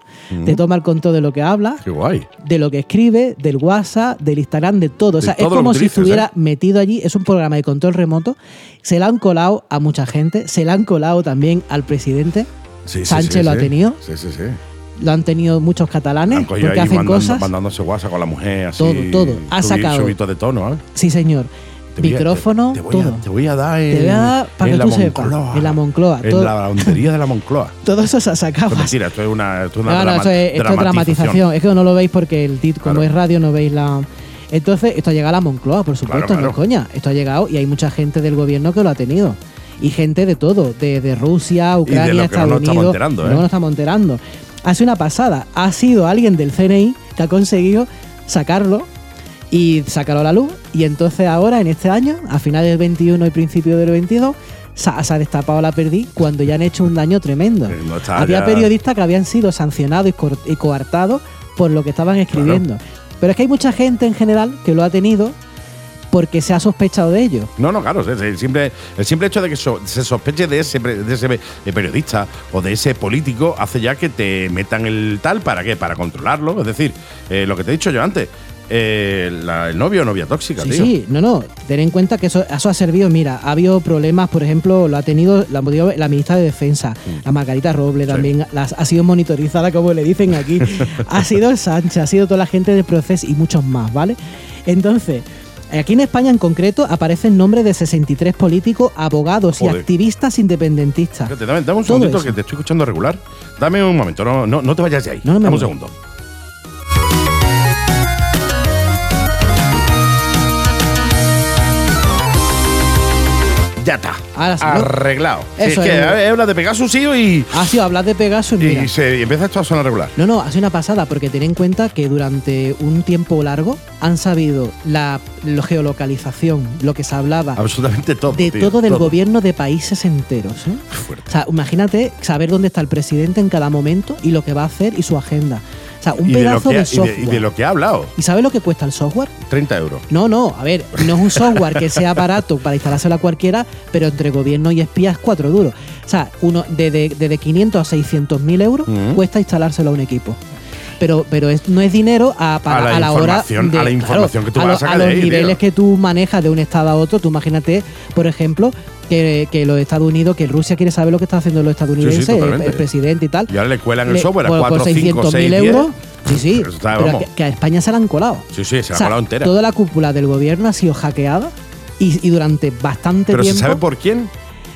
C: te toma el control de lo que habla,
B: Qué guay.
C: de lo que escribe, del WhatsApp, del Instagram, de todo. O
B: De
C: sea, es
B: todo lo
C: como
B: que
C: si
B: utilices,
C: estuviera
B: ¿eh?
C: metido allí. Es un programa de control remoto. Se la han colado a mucha gente. Se la han colado también al presidente.
B: Sí, sí,
C: Sánchez
B: sí,
C: lo ha
B: sí.
C: tenido.
B: Sí, sí, sí.
C: Lo han tenido muchos catalanes
B: Han cogido
C: porque
B: ahí
C: hacen
B: mandando-
C: cosas.
B: mandándose WhatsApp con la mujer, así.
C: Todo, todo. Ha
B: subi-
C: sacado.
B: subito de tono, ¿eh?
C: Sí, señor.
B: Te voy a-
C: Micrófono,
B: te, te voy a-
C: todo.
B: te voy a dar en,
C: Te voy a dar para
B: en
C: que
B: la
C: tú sepas.
B: Moncloa.
C: En la Moncloa.
B: En
C: todo,
B: la lavandería de la Moncloa.
C: todo eso se ha sacado.
B: Esto es mentira, esto es una, esto es una
C: No, no,
B: drama-
C: eso es, esto es dramatización. Es que no lo veis porque el TIT, como
B: Claro.
C: es radio, no veis la. Entonces, esto ha llegado a la Moncloa, por supuesto,
B: Claro, claro.
C: no es coña. Esto ha llegado y hay mucha gente del gobierno que lo ha tenido. y gente de todo, de, de Rusia, Ucrania,
B: lo que no
C: Estados
B: nos estamos
C: Unidos.
B: enterando,
C: no
B: ¿eh?
C: nos estamos enterando. Ha sido una pasada. Ha sido alguien del CNI que ha conseguido sacarlo y sacarlo a la luz. Y entonces ahora, en este año, a finales del 21 y principio del 22, se ha, se ha destapado la perdí cuando ya han hecho un daño tremendo.
B: Eh, no está
C: Había
B: ya-
C: periodistas que habían sido sancionados y, cor- y coartados por lo que estaban escribiendo. Pero es que hay mucha gente en general que lo ha tenido porque se ha sospechado de ello.
B: No, no, claro, es el simple, el simple hecho de que so- se sospeche de ese, pre- de ese pe- eh, periodista o de ese político hace ya que te metan el tal, ¿para qué? Para controlarlo, es decir, eh, lo que te he dicho yo antes, eh, la- el novio o novia tóxica,
C: Sí,
B: tío.
C: sí, no, no. Ten en cuenta que eso, eso ha servido. Mira, ha habido problemas, por ejemplo, lo ha tenido la, la ministra de Defensa,
B: Mm.
C: la Margarita Roble también. las- ha sido monitorizada, como le dicen aquí. ha sido el Sánchez, ha sido toda la gente del proceso y muchos más, ¿vale? Entonces. Aquí en España en concreto aparecen nombres de 63 políticos, abogados
B: Joder.
C: y activistas independentistas.
B: Espérate, dame, dame un
C: Todo
B: segundito
C: eso.
B: que te estoy escuchando regular. Dame un momento, no, no, no te vayas de ahí.
C: No, no me
B: dame un
C: voy.
B: segundo. Ya está.
C: Ahora sí, ¿no?
B: Arreglado.
C: Eso
B: es que
C: es.
B: a ver, habla de Pegasus, sí, y.
C: Ha sido hablar de Pegasus,
B: Y,
C: mira.
B: se, y empieza esto a sonar regular.
C: No, no, ha sido una pasada, porque ten en cuenta que durante un tiempo largo han sabido la, la geolocalización, lo que se hablaba,
B: Absolutamente todo.
C: de
B: tío,
C: todo del gobierno de países enteros. ¿eh?
B: Fuerte.
C: O sea, imagínate saber dónde está el presidente en cada momento y lo que va a hacer y su agenda. O sea, un
B: Y de, lo
C: pedazo
B: que
C: de,
B: ha, y, de,
C: software.
B: y de lo que ha hablado.
C: ¿Y sabes lo que cuesta el software?
B: 30 euros.
C: No, no, a ver, no es un software que sea barato para instalárselo a cualquiera, pero entre gobierno y espías, cuatro duros. O sea, uno de, de, de- de 500 a 600 mil euros
B: Ujú.
C: cuesta instalárselo a un equipo. Pero, pero es- no es dinero a, para-
B: A la
C: hora
B: información-
C: de,
B: a la información que tú vas a
C: lo-
B: sacar de
C: los
B: ahí,
C: niveles
B: tío.
C: que tú manejas de un estado a otro. Tú imagínate, por ejemplo, que, que los Estados Unidos, que Rusia quiere saber lo que está haciendo los estadounidenses, el- el,
B: totalmente.
C: presidente y tal.
B: Y ahora le cuelan el
C: Le-
B: software a
C: por,
B: 4, 5, 6,
C: 600.000
B: 10.
C: euros. Sí, sí,
B: Pero está,
C: pero
B: vamos.
C: que, que a España se la han colado.
B: Sí, sí, se la
C: O
B: ha
C: sea,
B: colado entera.
C: Toda la cúpula del gobierno ha sido hackeada y, y durante bastante
B: Pero
C: este tiempo.
B: se sabe por quién.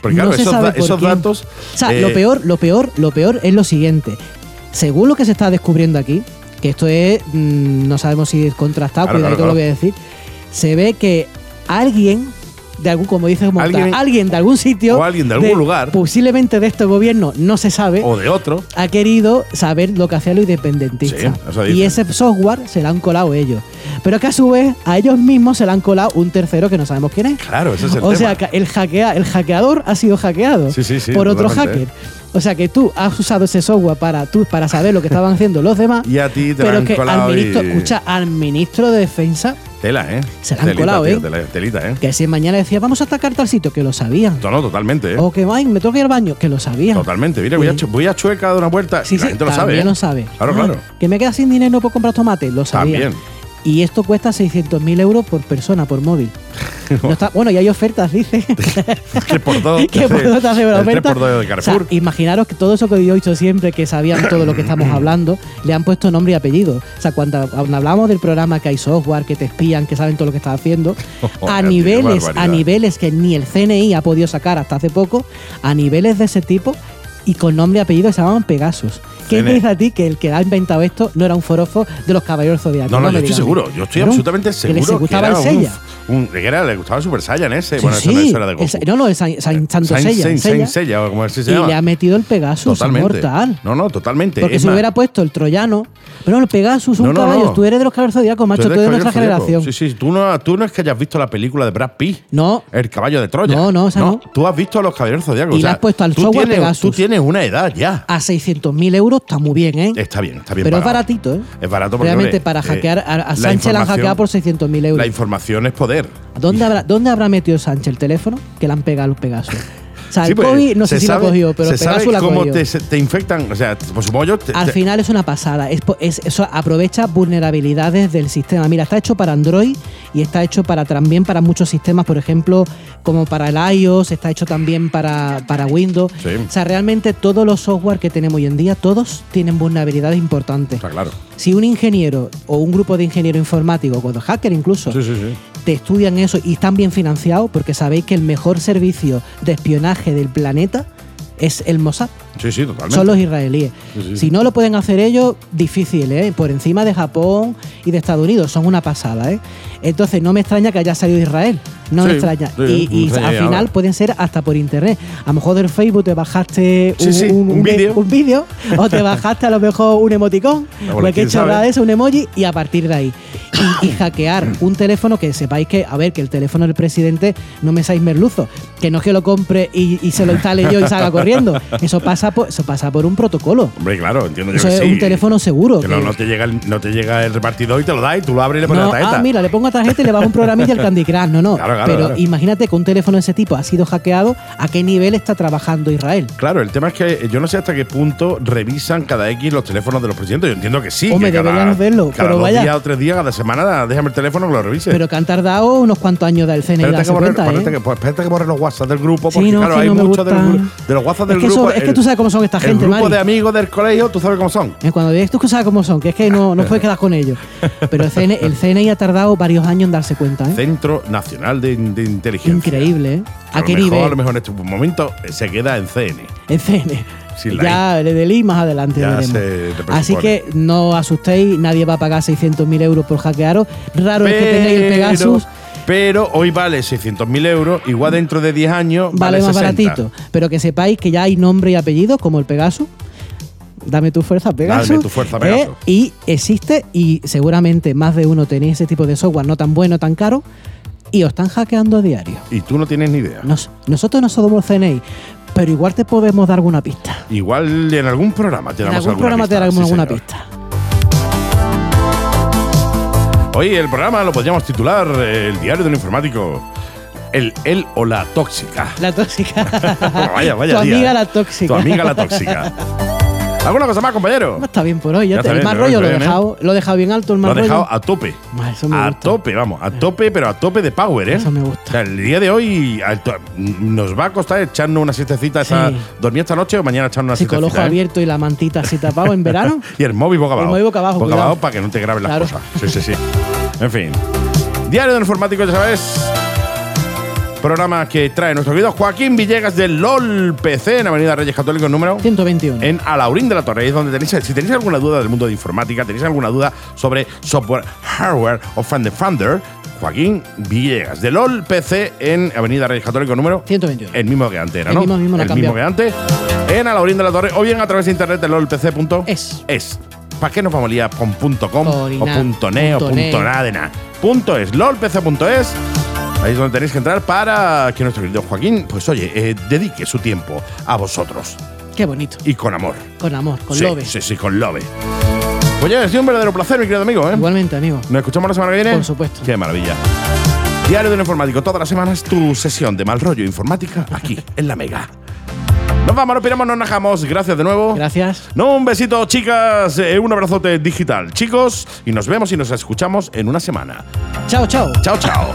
B: Porque
C: no
B: claro,
C: se
B: esos,
C: sabe
B: da-
C: por
B: esos
C: quién.
B: datos.
C: O sea,
B: eh,
C: lo peor, lo peor, lo peor es lo siguiente. Según lo que se está descubriendo aquí, que esto es. mm, no sabemos si es contrastado,
B: Claro,
C: cuidado
B: claro, claro.
C: que lo voy a decir. Se ve que alguien. De algún, como dice Montá,
B: Alguien-
C: alguien, de algún sitio.
B: o alguien de algún lugar.
C: Posiblemente de este gobierno, no se sabe.
B: O de otro.
C: ha querido saber lo que hacían los independentistas.
B: Sí, eso
C: y
B: dicen.
C: ese software se lo han colado ellos. Pero que a su vez a ellos mismos se le han colado un tercero que no sabemos quién es.
B: Claro, ese es el
C: o
B: tema.
C: sea, que el, hackea, el hackeador ha sido hackeado
B: Sí, sí, sí,
C: por otro
B: totalmente.
C: hacker. O sea que tú has usado ese software para tú para saber lo que estaban haciendo los demás.
B: Y a ti te lo
C: pero
B: han
C: que
B: colado
C: al ministro,
B: y-
C: escucha, al ministro de defensa,
B: Tela, ¿eh?
C: Se la han
B: Telita,
C: colado,
B: tío,
C: ¿eh?
B: tela- Telita, ¿eh?
C: que si mañana decía vamos a atacar tal sitio, que lo sabían.
B: No, no, totalmente, ¿eh?
C: O que ay, me tengo que ir al baño, que lo sabían.
B: Totalmente. Mira, voy a,
C: Oh, Sí.
B: chu- voy a chueca de una puerta. y
C: Sí,
B: la
C: sí,
B: gente lo sabe.
C: también
B: ¿eh?
C: lo sabe.
B: Claro,
C: Ah,
B: claro.
C: Que me queda sin dinero y no puedo comprar tomates, lo sabía.
B: También.
C: Y esto cuesta 600.000 euros por persona, por móvil. No está- bueno, y hay ofertas, dice.
B: que por dos.
C: que por
B: hace-
C: dos te hace una
B: el tres
C: oferta.
B: por dos de
C: O sea,
B: Carrefour.
C: imaginaros que todo eso que yo he dicho siempre, que sabían todo lo que estamos hablando, le han puesto nombre y apellido. O sea, cuando, cuando hablamos del programa que hay software, que te espían, que saben todo lo que estás haciendo,
B: Joder,
C: a
B: tío,
C: niveles,
B: barbaridad.
C: a niveles que ni el CNI ha podido sacar hasta hace poco, a niveles de ese tipo y con nombre y apellido se llamaban Pegasus. ¿Qué
B: CNI?
C: te dice a ti que el que ha inventado esto no era un forofo de los caballeros zodiacos?
B: No, no,
C: me
B: yo estoy
C: digas.
B: seguro. Yo estoy
C: Era un-
B: absolutamente
C: Que les
B: seguro.
C: gustaba el
B: era un-
C: Sella.
B: un- que era, le gustaba el Super Saiyan ese.
C: Sí,
B: bueno, eso no
C: sí.
B: eso era de Goku.
C: El Sa- no, no, el Sa- Sa- Santo
B: Saint-
C: Sella,
B: Saint-
C: Sella.
B: Saint Seiya, o como así se
C: y
B: llama.
C: le ha metido el Pegasus, es
B: Totalmente.
C: mortal.
B: No, no, totalmente.
C: Porque
B: Es
C: si
B: más,
C: hubiera puesto el troyano. Pero no, el Pegasus, un
B: No, no,
C: caballo.
B: no.
C: Tú eres de los caballeros zodiacos, macho. Tú eres de
B: caballero
C: nuestra
B: zodíaco.
C: generación.
B: Sí, sí. Tú no, tú no es que hayas visto la película de Brad Pitt.
C: No.
B: El caballo de Troya.
C: No, no, esa no.
B: Tú has visto a los caballeros zodiacos.
C: Y
B: o
C: le
B: sea,
C: has puesto al
B: tú
C: software
B: tienes,
C: Pegasus.
B: Tú tienes una edad ya.
C: A 600.000 euros está muy bien, ¿eh?
B: Está bien, está bien.
C: pero es
B: pagado.
C: baratito, ¿eh?
B: Es barato porque,
C: Realmente,
B: hombre,
C: para
B: eh,
C: hackear. a- a
B: la
C: Sánchez la han
B: información-
C: hackeado por 600.000
B: La
C: euros.
B: información es poder.
C: ¿Dónde habrá, ¿Dónde habrá metido Sánchez el teléfono que le han pegado los Pegasus? O sea,
B: Sí,
C: el
B: pues,
C: COVID no sé
B: se
C: si lo ha
B: sabe-
C: cogido, pero
B: se sabe
C: Pegasus la ha
B: cómo
C: cogido.
B: te, se- te infectan. O sea, por supuesto, yo. te-
C: Al
B: te-
C: final es una pasada. Es, po- es- eso aprovecha vulnerabilidades del sistema. Mira, está hecho para Android y está hecho para también para muchos sistemas, por ejemplo, como para el iOS, está hecho también para, para Windows.
B: Sí.
C: O sea, realmente todos los software que tenemos hoy en día, todos tienen vulnerabilidades importantes.
B: Está claro.
C: Si un ingeniero o un grupo de ingenieros informáticos, o de hacker incluso,
B: Sí, sí, sí.
C: te estudian eso y están bien financiados, porque sabéis que el mejor servicio de espionaje del planeta es el Mossad.
B: Sí, sí, totalmente.
C: Son los israelíes.
B: Sí, sí.
C: Si no lo pueden hacer ellos, difícil, ¿eh? Por encima de Japón y de Estados Unidos, son una pasada, ¿eh? Entonces no me extraña que haya salido Israel, no me
B: Sí,
C: extraña.
B: sí,
C: y y
B: sí,
C: al
B: ahora.
C: final pueden ser hasta por internet. A lo mejor del Facebook te bajaste
B: Sí, sí, un vídeo.
C: un vídeo, o te bajaste a lo mejor un emoticón,
B: Bueno,
C: cualquier
B: quién sabe.
C: chorrada de esa, un emoji, y a partir de ahí. Y, y hackear un teléfono que sepáis que, a ver, que el teléfono del presidente no me seáis merluzo, que no es que lo compre y, y se lo instale yo y salga corriendo. Eso pasa por, eso pasa por un protocolo.
B: Hombre, claro, entiendo yo
C: Eso
B: que
C: es
B: sí.
C: un teléfono seguro.
B: Que
C: que-
B: no, no te llega el, no te llega el repartidor y te lo da y tú lo abres y le pones
C: no,
B: la tarjeta.
C: ah, mira, le pongo tarjeta y le bajo un programilla al Candy Crush. No, no.
B: Claro, claro,
C: Pero
B: claro.
C: imagínate que un teléfono de ese tipo ha sido hackeado, ¿a qué nivel está trabajando Israel?
B: Claro, el tema es que eh, yo no sé hasta qué punto revisan cada X los teléfonos de los presidentes. Yo entiendo que sí.
C: Hombre,
B: que cada-
C: deberíamos verlo,
B: Cada
C: pero
B: dos
C: vaya.
B: días o tres días, cada semana, déjame el teléfono que lo revise.
C: Pero que han tardado unos cuantos años del CNI
B: Espérate
C: darse
B: que, borren,
C: cuenta, ¿eh?
B: espérate que- pues, espérate que borren los WhatsApp del grupo,
C: Sí,
B: porque
C: no,
B: claro,
C: sí,
B: hay
C: no me
B: muchos del
C: gusta.
B: gru- de los WhatsApp del
C: Es que eso-
B: grupo.
C: es que tú sabes cómo son esta gente,
B: El grupo
C: Mari.
B: de amigos del colegio, tú sabes cómo son.
C: Eh, Cuando veis tú que sabes cómo son, que es que no, no puedes quedar con ellos. Pero el CNI, el CNI ha tardado varios años en darse cuenta, ¿eh?
B: Centro Nacional de, de Inteligencia.
C: Increíble, ¿eh?
B: Que
C: ¿A qué
B: lo mejor, A
C: nivel?
B: lo mejor en este momento eh, se queda en CN.
C: El CNI.
B: Sí, la
C: ya le delí más adelante
B: Ya
C: veremos.
B: se presupone.
C: Así que no asustéis, nadie va a pagar 600.000 euros por hackearos. Raro es que tengáis el Pegasus.
B: pero hoy vale 600.000 euros, igual dentro de 10 años
C: vale,
B: vale,
C: más
B: 60.
C: baratito. Pero que sepáis que ya hay nombre y apellidos, como el Pegasus. Dame tu fuerza, Pegasus. ¿eh?
B: tu fuerza, Pegasus.
C: Y existe, y seguramente más de uno tenéis ese tipo de software no tan bueno, tan caro, y os están hackeando a diario.
B: Y tú no tienes ni idea.
C: Nos- nosotros no somos CNI, pero igual te podemos dar alguna pista.
B: Igual en algún programa te
C: En
B: damos
C: algún
B: alguna
C: programa
B: pista,
C: te daremos
B: sí,
C: alguna
B: señor.
C: pista.
B: Hoy el programa lo podríamos titular eh, El diario de un informático. El, el o la tóxica.
C: La tóxica.
B: vaya, vaya.
C: tu
B: día,
C: amiga
B: eh.
C: la tóxica.
B: Tu amiga la tóxica. ¿Alguna cosa más, compañero?
C: No, está bien por hoy. ya
B: Ya
C: te-
B: está
C: el
B: bien,
C: mal
B: ¿no?
C: rollo lo he
B: Está bien, ¿eh?
C: dejado, lo he dejado bien alto, el
B: Lo
C: mal
B: ha
C: rollo.
B: dejado a tope.
C: Ah, eso me
B: A
C: gusta.
B: tope, vamos, a tope, pero a tope de power, ¿eh?
C: Eso me gusta.
B: O sea, el día de hoy al to- nos va a costar echarnos una siestecita. esa-
C: Sí.
B: dormir esta noche o mañana echarnos una
C: Así con el ojo
B: siestecita. ¿eh?
C: abierto y la mantita así tapado en verano.
B: Y el móvil boca
C: El
B: abajo.
C: móvil boca abajo,
B: Boca
C: cuidado.
B: abajo para que no te graben las
C: Claro.
B: cosas. Sí, sí, sí. En fin. Diario del informático, ya sabes. Programa que trae nuestro querido Joaquín Villegas del LOL PC en Avenida Reyes Católicos número
C: 121.
B: en Alaurín de la Torre, ahí es donde tenéis, si tenéis alguna duda del mundo de informática, tenéis alguna duda sobre software, hardware o fan de Thunder, Joaquín Villegas, de LOL PC en Avenida Reyes Católico número
C: 121.
B: El mismo que antes, era,
C: El
B: ¿no?
C: mismo, el mismo, no ha cambiado.
B: que antes, en Alaurín de la Torre, o bien a través de internet de lolpc.es.
C: Es.
B: Es. ¿Para qué nos vamos a liar con punto .com
C: Por
B: o
C: nada.
B: punto .ne o
C: Punto
B: punto
C: net.
B: nada de nada? Punto .es, lolpc.es. Ahí es donde tenéis que entrar para que nuestro querido Joaquín, pues oye, eh, dedique su tiempo a vosotros
C: Qué bonito.
B: y con amor.
C: Con amor, con
B: sí,
C: love.
B: Sí, sí, con Love. Pues ya, ha sido un verdadero placer, mi querido amigo, ¿eh?
C: Igualmente, amigo.
B: ¿Nos escuchamos la semana que viene?
C: Por supuesto.
B: Qué maravilla. Diario del Informático, todas las semanas tu sesión de mal rollo informática aquí, en la Mega. Nos vamos, nos piramos, nos najamos. Gracias de nuevo.
C: Gracias.
B: No, un besito, chicas. eh, un abrazote digital, chicos. Y nos vemos y nos escuchamos en una semana.
C: Chao, chao.
B: Chao, chao.